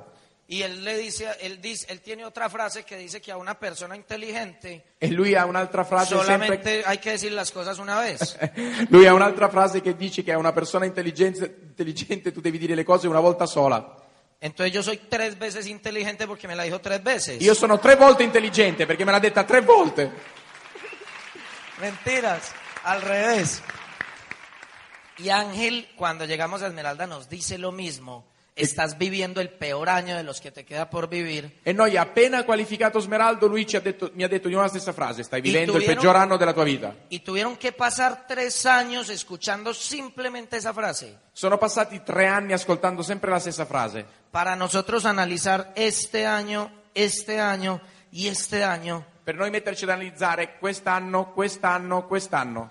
[SPEAKER 4] Y él le dice, él dice, él tiene otra frase que dice que a una persona inteligente
[SPEAKER 5] E lui ha un'altra frase sempre-
[SPEAKER 4] solamente hay que decir las cosas una vez.
[SPEAKER 5] *laughs* Lui ha un'altra frase che dice che a una persona intelligente, intelligente tu devi dire le cose una volta sola.
[SPEAKER 4] Entonces yo soy tres veces inteligente porque me la dijo tres veces.
[SPEAKER 5] Io sono tre volte intelligente perché me l'ha detta tre volte.
[SPEAKER 4] Mentiras, al revés. Y Ángel, cuando llegamos a Esmeralda, nos dice lo mismo. Estás viviendo el peor año de los que te queda por vivir.
[SPEAKER 5] E noi, appena qualificato Smeraldo, lui ci ha detto- mi ha detto di nuovo la stessa frase: Stai vivendo il
[SPEAKER 4] Intuirono-
[SPEAKER 5] peggior anno della tua vita.
[SPEAKER 4] Y tuvieron que pasar tres años escuchando simplemente esa frase
[SPEAKER 5] Sono passati tre anni ascoltando sempre la stessa frase.
[SPEAKER 4] para nosotros analizar este año, este año y este año.
[SPEAKER 5] Per noi metterci ad analizzare quest'anno, quest'anno, quest'anno.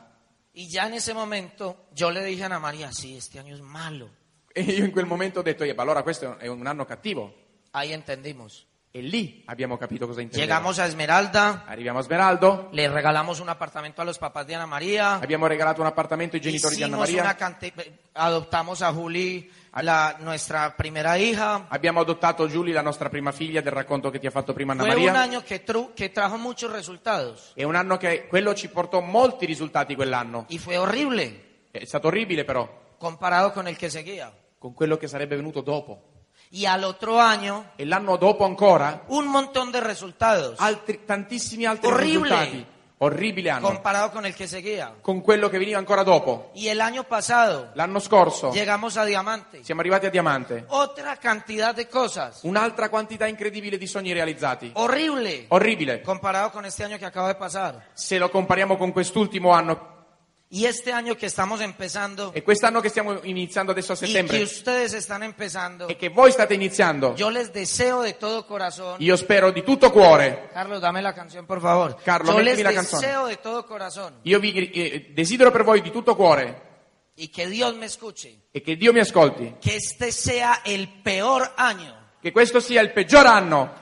[SPEAKER 4] Y ya en ese momento yo le dije a Ana María, sí, este año es malo.
[SPEAKER 5] E io in quel momento ho detto: "Eh, ma allora questo è un anno cattivo.
[SPEAKER 4] Ahí entendimos.
[SPEAKER 5] E lì abbiamo capito cosa intendiamo.
[SPEAKER 4] Llegamos a Esmeralda,
[SPEAKER 5] Arriviamo a Smeraldo,
[SPEAKER 4] le regalamos un apartamento a los papás de Ana María.
[SPEAKER 5] abbiamo regalato un appartamento ai genitori di Anna
[SPEAKER 4] Hicimos
[SPEAKER 5] Maria.
[SPEAKER 4] una canti- eh, adoptamos a Juli, la, nuestra primera hija.
[SPEAKER 5] Abbiamo adottato Julie, la nostra prima figlia, del racconto che ti ha fatto prima Anna
[SPEAKER 4] Fue un
[SPEAKER 5] Maria.
[SPEAKER 4] año que, tru- que trajo muchos resultados
[SPEAKER 5] È un anno che quello ci portò molti risultati quell'anno.
[SPEAKER 4] y fue horrible
[SPEAKER 5] È stato orribile però,
[SPEAKER 4] comparado con el que seguía.
[SPEAKER 5] con quello che sarebbe venuto dopo.
[SPEAKER 4] Y al otro año,
[SPEAKER 5] E l'anno dopo ancora,
[SPEAKER 4] un montón de resultados
[SPEAKER 5] altri- tantissimi altri
[SPEAKER 4] Orribile.
[SPEAKER 5] risultati. Orribile anno.
[SPEAKER 4] comparado con el que seguía.
[SPEAKER 5] con quello che veniva ancora dopo.
[SPEAKER 4] Y el año pasado
[SPEAKER 5] L'anno scorso
[SPEAKER 4] llegamos a Diamante.
[SPEAKER 5] siamo arrivati a Diamante.
[SPEAKER 4] Otra cantidad de cosas.
[SPEAKER 5] Un'altra quantità incredibile di sogni realizzati.
[SPEAKER 4] Oh. Horrible
[SPEAKER 5] Orribile.
[SPEAKER 4] comparado con este año que acaba de pasar.
[SPEAKER 5] Se lo compariamo con quest'ultimo anno
[SPEAKER 4] Y este año que estamos empezando
[SPEAKER 5] e quest'anno che stiamo iniziando adesso a
[SPEAKER 4] y que
[SPEAKER 5] settembre
[SPEAKER 4] ustedes están empezando.
[SPEAKER 5] e che voi state iniziando.
[SPEAKER 4] Yo les deseo de todo corazón.
[SPEAKER 5] Io spero di tutto cuore.
[SPEAKER 4] Carlos, dame la canción, por favor.
[SPEAKER 5] Carlos,
[SPEAKER 4] Yo les
[SPEAKER 5] méteme la
[SPEAKER 4] deseo
[SPEAKER 5] canción.
[SPEAKER 4] de todo corazón
[SPEAKER 5] Io vi eh, desidero per voi di tutto cuore
[SPEAKER 4] y que Dios me escuche.
[SPEAKER 5] e che Dio mi ascolti.
[SPEAKER 4] Que este sea el peor año.
[SPEAKER 5] Che questo sia il peggior anno,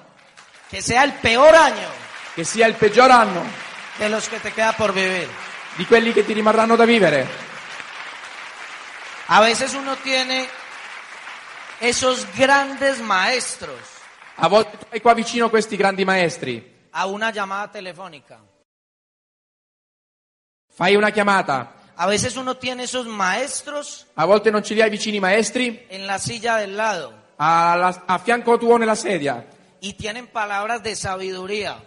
[SPEAKER 4] Que sea el peor año
[SPEAKER 5] che sia il peggior anno
[SPEAKER 4] de los que te queda por vivir.
[SPEAKER 5] di quelli che ti rimarranno da vivere.
[SPEAKER 4] A veces uno tiene esos grandes maestros
[SPEAKER 5] A volte tu hai qua vicino questi grandi maestri,
[SPEAKER 4] a una llamada telefónica.
[SPEAKER 5] fai una chiamata,
[SPEAKER 4] A veces uno tiene esos maestros
[SPEAKER 5] a volte non ce li hai vicini i maestri,
[SPEAKER 4] en la silla del lado
[SPEAKER 5] alla- a fianco tuo nella sedia
[SPEAKER 4] y tienen palabras de sabiduría,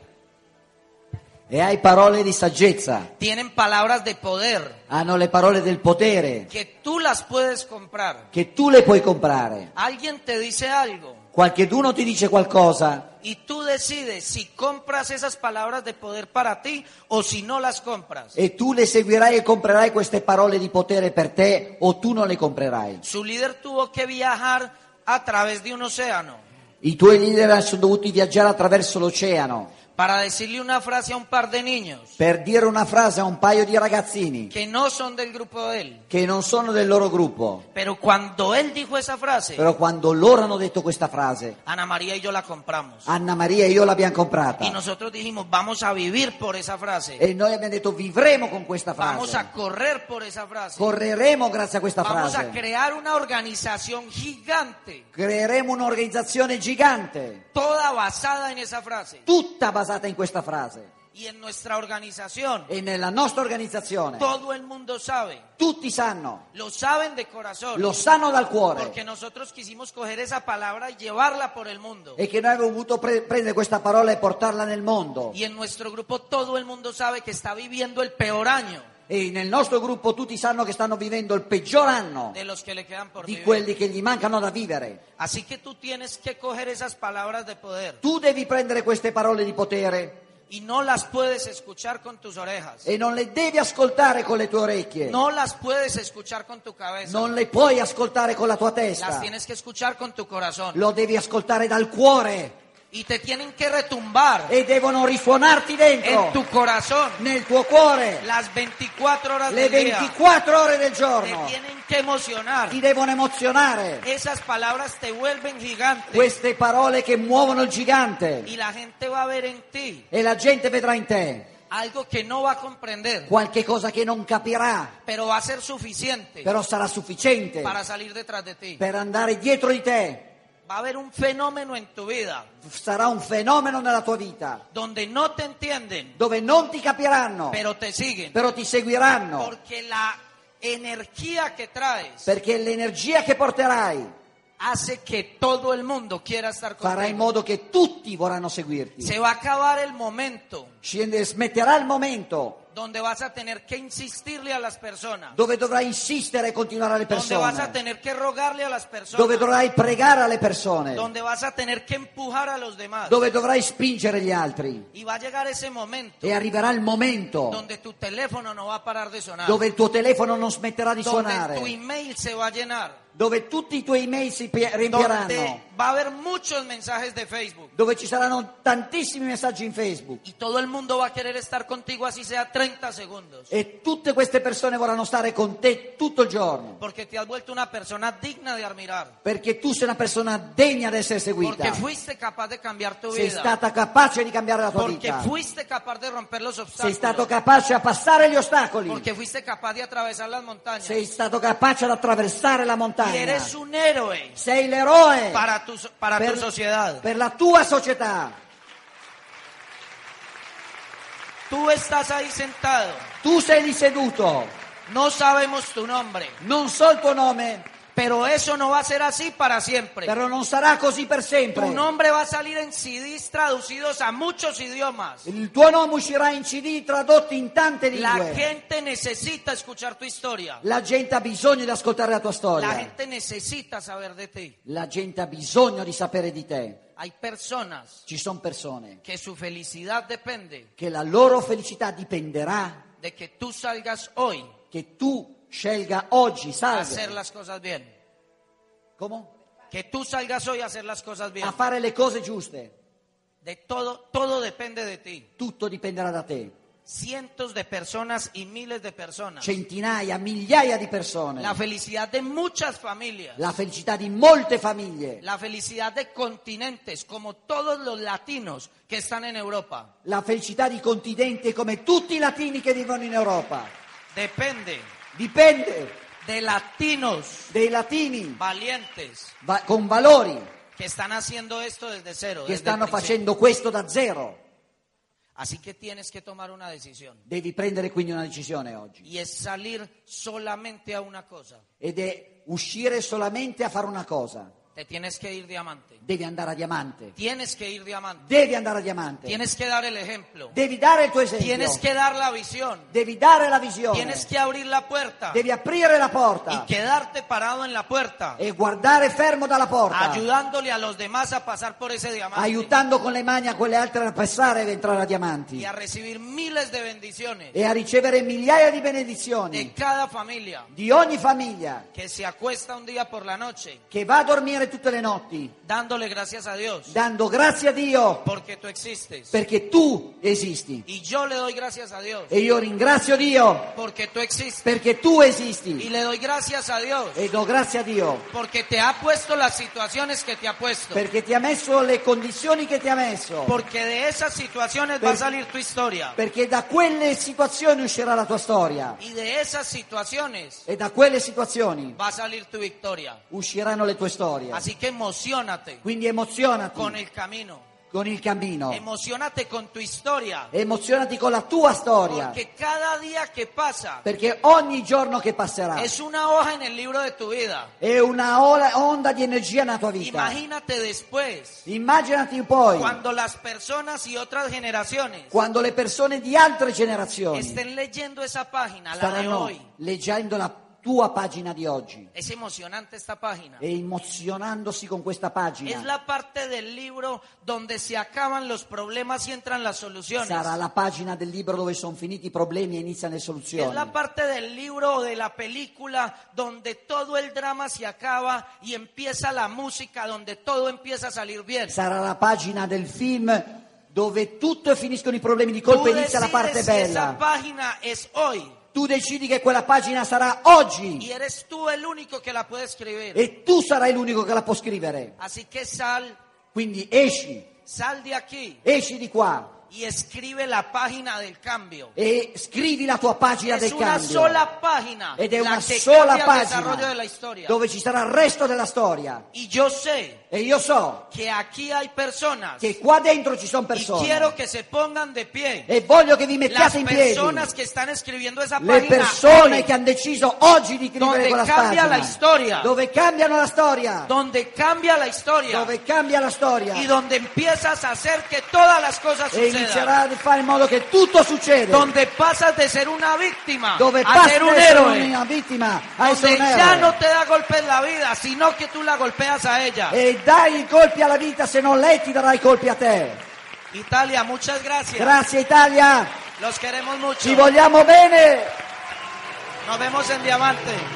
[SPEAKER 6] e hai parole di saggezza,
[SPEAKER 4] tienen palabras de poder.
[SPEAKER 6] hanno le parole del potere
[SPEAKER 4] que tú las puedes comprar.
[SPEAKER 6] che tu le puoi comprare.
[SPEAKER 4] Alguien te dice algo
[SPEAKER 6] Qualcheduno ti dice qualcosa
[SPEAKER 4] y tú decides si compras esas palabras de poder para ti o si no las compras.
[SPEAKER 6] e tu le seguirai e comprerai queste parole di potere per te o tu non le comprerai.
[SPEAKER 4] Su líder tuvo que viajar a través de un océano
[SPEAKER 6] I tuoi leader sono dovuti viaggiare attraverso l'oceano
[SPEAKER 4] para decirle una frase a un par de niños
[SPEAKER 6] per dire una frase a un paio di ragazzini
[SPEAKER 4] que no son del grupo de él.
[SPEAKER 6] che non sono del loro gruppo.
[SPEAKER 4] Pero cuando él dijo esa frase,
[SPEAKER 6] Però quando loro hanno detto questa frase,
[SPEAKER 4] Ana María y yo la compramos.
[SPEAKER 6] Anna Maria e io l'abbiamo
[SPEAKER 4] Y
[SPEAKER 6] comprata.
[SPEAKER 4] nosotros dijimos, vamos a vivir por esa frase,
[SPEAKER 6] E noi abbiamo detto vivremo con questa
[SPEAKER 4] vamos a
[SPEAKER 6] frase.
[SPEAKER 4] correr por esa frase,
[SPEAKER 6] Correremo grazie a questa
[SPEAKER 4] vamos a
[SPEAKER 6] frase.
[SPEAKER 4] crear una organización gigante
[SPEAKER 6] Creeremo un'organizzazione gigante,
[SPEAKER 4] toda basada en esa frase.
[SPEAKER 6] tutta basata in questa frase.
[SPEAKER 4] Y en nuestra organización,
[SPEAKER 6] E nella nostra organizzazione
[SPEAKER 4] todo el mundo sabe,
[SPEAKER 6] tutti sanno,
[SPEAKER 4] lo saben de corazón,
[SPEAKER 6] lo sanno dal cuore.
[SPEAKER 4] porque nosotros quisimos coger esa palabra y llevarla por el mundo.
[SPEAKER 6] e che noi abbiamo voluto pre- prendere questa parola e portarla nel mondo.
[SPEAKER 4] Y en nuestro grupo todo el mundo sabe que está viviendo el peor año
[SPEAKER 6] E nel nostro gruppo tutti sanno che stanno vivendo il peggior anno
[SPEAKER 4] de los que le quedan por
[SPEAKER 6] di
[SPEAKER 4] vivir.
[SPEAKER 6] quelli che gli mancano da vivere.
[SPEAKER 4] Así que tú tienes que coger esas palabras de poder
[SPEAKER 6] Tu devi prendere queste parole di potere
[SPEAKER 4] y no las puedes escuchar con tus orejas,
[SPEAKER 6] e non le devi ascoltare con le tue orecchie,
[SPEAKER 4] no las puedes escuchar con tu cabeza,
[SPEAKER 6] non le puoi ascoltare con la tua
[SPEAKER 4] las
[SPEAKER 6] testa,
[SPEAKER 4] tienes que escuchar con tu corazón
[SPEAKER 6] lo devi ascoltare dal cuore
[SPEAKER 4] y te tienen que retumbar
[SPEAKER 6] e devono risuonarti dentro,
[SPEAKER 4] en tu corazón.
[SPEAKER 6] nel tuo cuore,
[SPEAKER 4] Las 24 horas
[SPEAKER 6] le
[SPEAKER 4] del día
[SPEAKER 6] 24 ore del
[SPEAKER 4] te
[SPEAKER 6] giorno.
[SPEAKER 4] tienen que emocionar.
[SPEAKER 6] Ti devono emozionare
[SPEAKER 4] Esas palabras te vuelven gigante
[SPEAKER 6] queste parole che muovono il gigante.
[SPEAKER 4] y la gente va a ver en ti
[SPEAKER 6] e la gente vedrà in te
[SPEAKER 4] algo que no va a comprender,
[SPEAKER 6] qualche cosa che non capirà,
[SPEAKER 4] pero va a ser suficiente eh,
[SPEAKER 6] però sarà sufficiente
[SPEAKER 4] para salir detrás de ti.
[SPEAKER 6] per andare dietro di te.
[SPEAKER 4] va a haber un fenómeno en tu vida
[SPEAKER 6] sarà un fenomeno nella tua vita,
[SPEAKER 4] donde no te entienden,
[SPEAKER 6] dove non ti capiranno,
[SPEAKER 4] pero te siguen.
[SPEAKER 6] però ti seguiranno,
[SPEAKER 4] Porque la energía que traes
[SPEAKER 6] perché l'energia che porterai
[SPEAKER 4] hace que todo el mundo quiera estar
[SPEAKER 6] farà in
[SPEAKER 4] contigo.
[SPEAKER 6] modo che tutti vorranno seguirti.
[SPEAKER 4] Se va a acabar el momento
[SPEAKER 6] Scende- Smetterà il momento
[SPEAKER 4] donde vas a tener que insistirle a las personas,
[SPEAKER 6] dove dovrai insistere e continuare alle
[SPEAKER 4] donde vas a
[SPEAKER 6] persone,
[SPEAKER 4] tener que rogarle a las
[SPEAKER 6] dove
[SPEAKER 4] personas,
[SPEAKER 6] dovrai pregare alle persone,
[SPEAKER 4] donde vas a tener que empujar a los demás.
[SPEAKER 6] dove dovrai spingere gli altri.
[SPEAKER 4] Y va a llegar ese momento
[SPEAKER 6] E arriverà il momento
[SPEAKER 4] donde tu teléfono no va a parar de sonar,
[SPEAKER 6] dove il tuo telefono non smetterà di
[SPEAKER 4] donde tu
[SPEAKER 6] suonare,
[SPEAKER 4] email se va a llenar,
[SPEAKER 6] dove tutti i tuoi email si pie-
[SPEAKER 4] donde
[SPEAKER 6] riempiranno,
[SPEAKER 4] va a haber muchos mensajes de Facebook.
[SPEAKER 6] dove ci saranno tantissimi messaggi in Facebook.
[SPEAKER 4] Y todo el mundo va a querer estar contigo así sea 30 segundos.
[SPEAKER 6] E tutte queste persone vorranno stare con te tutto il giorno.
[SPEAKER 4] Porque te has vuelto una persona digna de admirar.
[SPEAKER 6] Perché tu sei una persona degna di essere seguita.
[SPEAKER 4] Porque fuiste capaz de cambiar tu
[SPEAKER 6] Sei
[SPEAKER 4] vida.
[SPEAKER 6] stata capace di cambiare la tua
[SPEAKER 4] Porque
[SPEAKER 6] vita.
[SPEAKER 4] fuiste capaz de romper los
[SPEAKER 6] Sei stato
[SPEAKER 4] obstáculos.
[SPEAKER 6] capace a passare gli ostacoli.
[SPEAKER 4] Porque fuiste capaz de atravesar las montañas.
[SPEAKER 6] Sei stato capace ad attraversare la
[SPEAKER 4] Y
[SPEAKER 6] montagna.
[SPEAKER 4] eres un héroe
[SPEAKER 6] Sei l'eroe
[SPEAKER 4] para tu, para tu sociedad.
[SPEAKER 6] per la tua società.
[SPEAKER 4] Tú estás ahí sentado.
[SPEAKER 6] Tu sei lì seduto.
[SPEAKER 4] No sabemos tu nombre.
[SPEAKER 6] Non so il tuo nome,
[SPEAKER 4] Pero eso no va a ser así para siempre.
[SPEAKER 6] però non sarà così per sempre.
[SPEAKER 4] Tu nombre va a salir en CDs traducidos a muchos idiomas.
[SPEAKER 6] Il tuo nome uscirà in CD tradotti in tante
[SPEAKER 4] La
[SPEAKER 6] lingue.
[SPEAKER 4] gente necesita escuchar tu historia.
[SPEAKER 6] La gente ha bisogno di ascoltare la tua
[SPEAKER 4] La
[SPEAKER 6] storia.
[SPEAKER 4] gente necesita saber de ti.
[SPEAKER 6] La gente ha bisogno di sapere di te.
[SPEAKER 4] Hay personas
[SPEAKER 6] Ci sono persone
[SPEAKER 4] que su felicidad depende
[SPEAKER 6] che la loro felicità dipenderà
[SPEAKER 4] de que tú salgas hoy
[SPEAKER 6] che tu scelga oggi,
[SPEAKER 4] a
[SPEAKER 6] salve,
[SPEAKER 4] hacer las cosas bien.
[SPEAKER 6] Come?
[SPEAKER 4] Que tú salgas hoy a hacer las cosas bien.
[SPEAKER 6] a fare le cose giuste.
[SPEAKER 4] De todo, todo depende de ti.
[SPEAKER 6] Tutto dipenderà da te.
[SPEAKER 4] Cientos de personas y miles de personas.
[SPEAKER 6] Centinaia, migliaia di persone.
[SPEAKER 4] Ah. La felicidad de muchas familias.
[SPEAKER 6] La felicità di molte famiglie.
[SPEAKER 4] La felicidad de continentes, como todos los latinos que están en Europa.
[SPEAKER 6] La felicità di continenti come tutti i latini che vivono in Europa.
[SPEAKER 4] Depende
[SPEAKER 6] Dipende
[SPEAKER 4] de latinos
[SPEAKER 6] dei latini
[SPEAKER 4] valientes
[SPEAKER 6] va- con valori
[SPEAKER 4] que están haciendo esto desde cero.
[SPEAKER 6] che
[SPEAKER 4] desde
[SPEAKER 6] stanno
[SPEAKER 4] el principio.
[SPEAKER 6] facendo questo da zero.
[SPEAKER 4] Así que tienes que tomar una decisión.
[SPEAKER 6] Devi prendere quindi una decisione oggi
[SPEAKER 4] Y es salir solamente a una cosa.
[SPEAKER 6] ed è uscire solamente a fare una cosa.
[SPEAKER 4] Te tienes que ir diamante.
[SPEAKER 6] Devi andare a diamante.
[SPEAKER 4] Tienes que ir diamante.
[SPEAKER 6] Devi andare a diamante.
[SPEAKER 4] Tienes que dar el ejemplo.
[SPEAKER 6] Devi dare il tuo esempio.
[SPEAKER 4] Tienes que dar la visión.
[SPEAKER 6] Devi dare la visione.
[SPEAKER 4] Tienes que abrir la puerta.
[SPEAKER 6] Devi aprire la
[SPEAKER 4] Y
[SPEAKER 6] porta
[SPEAKER 4] quedarte parado en la puerta.
[SPEAKER 6] e guardare fermo dalla porta,
[SPEAKER 4] Ayudándole a los demás a pasar por ese diamante.
[SPEAKER 6] aiutando con le mani a quelle altre a passare ed entrare a diamanti
[SPEAKER 4] Y a recibir miles de bendiciones
[SPEAKER 6] e a ricevere migliaia di benedizioni
[SPEAKER 4] de cada familia
[SPEAKER 6] di ogni famiglia
[SPEAKER 4] que se acuesta un día por la noche
[SPEAKER 6] che va a dormire tutte le notti
[SPEAKER 4] dándole gracias a Dios
[SPEAKER 6] dando grazie a Dio
[SPEAKER 4] porque tú existes.
[SPEAKER 6] perché tu esisti
[SPEAKER 4] Y yo le doy gracias a Dios
[SPEAKER 6] e io ringrazio Dio
[SPEAKER 4] porque tú existes.
[SPEAKER 6] perché tu
[SPEAKER 4] Y
[SPEAKER 6] esisti
[SPEAKER 4] le doy gracias a Dios
[SPEAKER 6] e do grazie a Dio
[SPEAKER 4] porque te ha puesto las situaciones que te ha puesto.
[SPEAKER 6] perché ti ha messo le condizioni che ti ha messo
[SPEAKER 4] Porque de esas situaciones va a
[SPEAKER 6] Per-
[SPEAKER 4] salir tu historia.
[SPEAKER 6] perché da quelle situazioni uscirà la tua storia
[SPEAKER 4] Y de esas situaciones
[SPEAKER 6] e da quelle situazioni
[SPEAKER 4] va a salir tu victoria.
[SPEAKER 6] usciranno le tue storie.
[SPEAKER 4] Así que emocionate
[SPEAKER 6] Quindi emozionati
[SPEAKER 4] con
[SPEAKER 6] con il,
[SPEAKER 4] el camino.
[SPEAKER 6] cammino,
[SPEAKER 4] Emocionate con tu historia.
[SPEAKER 6] emozionati con la tua storia,
[SPEAKER 4] Porque cada día que pasa
[SPEAKER 6] perché ogni giorno che passerà
[SPEAKER 4] es una hoja en el libro de tu vida.
[SPEAKER 6] è una ola- onda di energia nella tua vita.
[SPEAKER 4] Imagínate después,
[SPEAKER 6] Immaginati poi quando,
[SPEAKER 4] cuando las personas y otras generaciones
[SPEAKER 6] le persone di altre generazioni
[SPEAKER 4] estén leyendo esa página, la de
[SPEAKER 6] staranno
[SPEAKER 4] hoy.
[SPEAKER 6] leggendo la tua pagina di oggi
[SPEAKER 4] Es emocionante esta página.
[SPEAKER 6] e emozionandosi con questa
[SPEAKER 4] Es
[SPEAKER 6] pagina.
[SPEAKER 4] la parte del libro donde se acaban los problemas y entran las soluciones.
[SPEAKER 6] Sarà la pagina del libro dove sono finiti i problemi e iniziano le
[SPEAKER 4] Es
[SPEAKER 6] soluzioni.
[SPEAKER 4] la parte del libro o de la película donde todo el drama se acaba y empieza la música, donde todo empieza a salir bien.
[SPEAKER 6] sarà la pagina del film dove tutto e finiscono i problemi di
[SPEAKER 4] Tú
[SPEAKER 6] colpo e inizia la parte
[SPEAKER 4] decides si esa
[SPEAKER 6] bella.
[SPEAKER 4] página es hoy
[SPEAKER 6] Tu decidi che quella pagina sarà oggi
[SPEAKER 4] y eres tú el único que la puede escribir.
[SPEAKER 6] e tu sarai l'unico che la può scrivere.
[SPEAKER 4] Así que sal,
[SPEAKER 6] Quindi esci,
[SPEAKER 4] sal de aquí
[SPEAKER 6] esci di qua
[SPEAKER 4] y y escribe la página del cambio.
[SPEAKER 6] e scrivi la tua pagina
[SPEAKER 4] Es
[SPEAKER 6] del
[SPEAKER 4] una
[SPEAKER 6] cambio.
[SPEAKER 4] sola página.
[SPEAKER 6] Ed è
[SPEAKER 4] la
[SPEAKER 6] una
[SPEAKER 4] que
[SPEAKER 6] sola
[SPEAKER 4] cambia el desarrollo
[SPEAKER 6] pagina
[SPEAKER 4] de la historia.
[SPEAKER 6] dove ci sarà il resto della storia.
[SPEAKER 4] Y yo sé
[SPEAKER 6] E io so
[SPEAKER 4] que aquí hay personas
[SPEAKER 6] che qua dentro ci sono
[SPEAKER 4] y quiero
[SPEAKER 6] persone
[SPEAKER 4] que se pongan de pie.
[SPEAKER 6] e voglio che vi
[SPEAKER 4] Las
[SPEAKER 6] mettiate in piedi.
[SPEAKER 4] personas que están escribiendo esa
[SPEAKER 6] Le
[SPEAKER 4] página hoy,
[SPEAKER 6] persone che hanno deciso oggi di
[SPEAKER 4] Dove
[SPEAKER 6] scrivere quella
[SPEAKER 4] cambia
[SPEAKER 6] pagina.
[SPEAKER 4] la storia.
[SPEAKER 6] Dove cambiano la storia.
[SPEAKER 4] donde cambia la historia
[SPEAKER 6] Dove cambia la storia.
[SPEAKER 4] y donde empiezas a hacer que todas las cosas
[SPEAKER 6] E
[SPEAKER 4] sucedan.
[SPEAKER 6] inizierà a fare in modo che tutto succede.
[SPEAKER 4] Donde pasas de ser una víctima
[SPEAKER 6] dove
[SPEAKER 4] a
[SPEAKER 6] passa
[SPEAKER 4] ser
[SPEAKER 6] da
[SPEAKER 4] un
[SPEAKER 6] essere
[SPEAKER 4] héroe.
[SPEAKER 6] una vittima a essere
[SPEAKER 4] Donde
[SPEAKER 6] un
[SPEAKER 4] ya
[SPEAKER 6] eroe.
[SPEAKER 4] no te da golpes la vida, sino que tú la golpeas a ella.
[SPEAKER 6] E dai i colpi alla vita, se non lei ti darà i colpi a te.
[SPEAKER 4] Italia, muchas gracias.
[SPEAKER 6] Grazie Italia,
[SPEAKER 4] Los queremos mucho.
[SPEAKER 6] ci vogliamo bene.
[SPEAKER 4] Nos vemos en Diamante.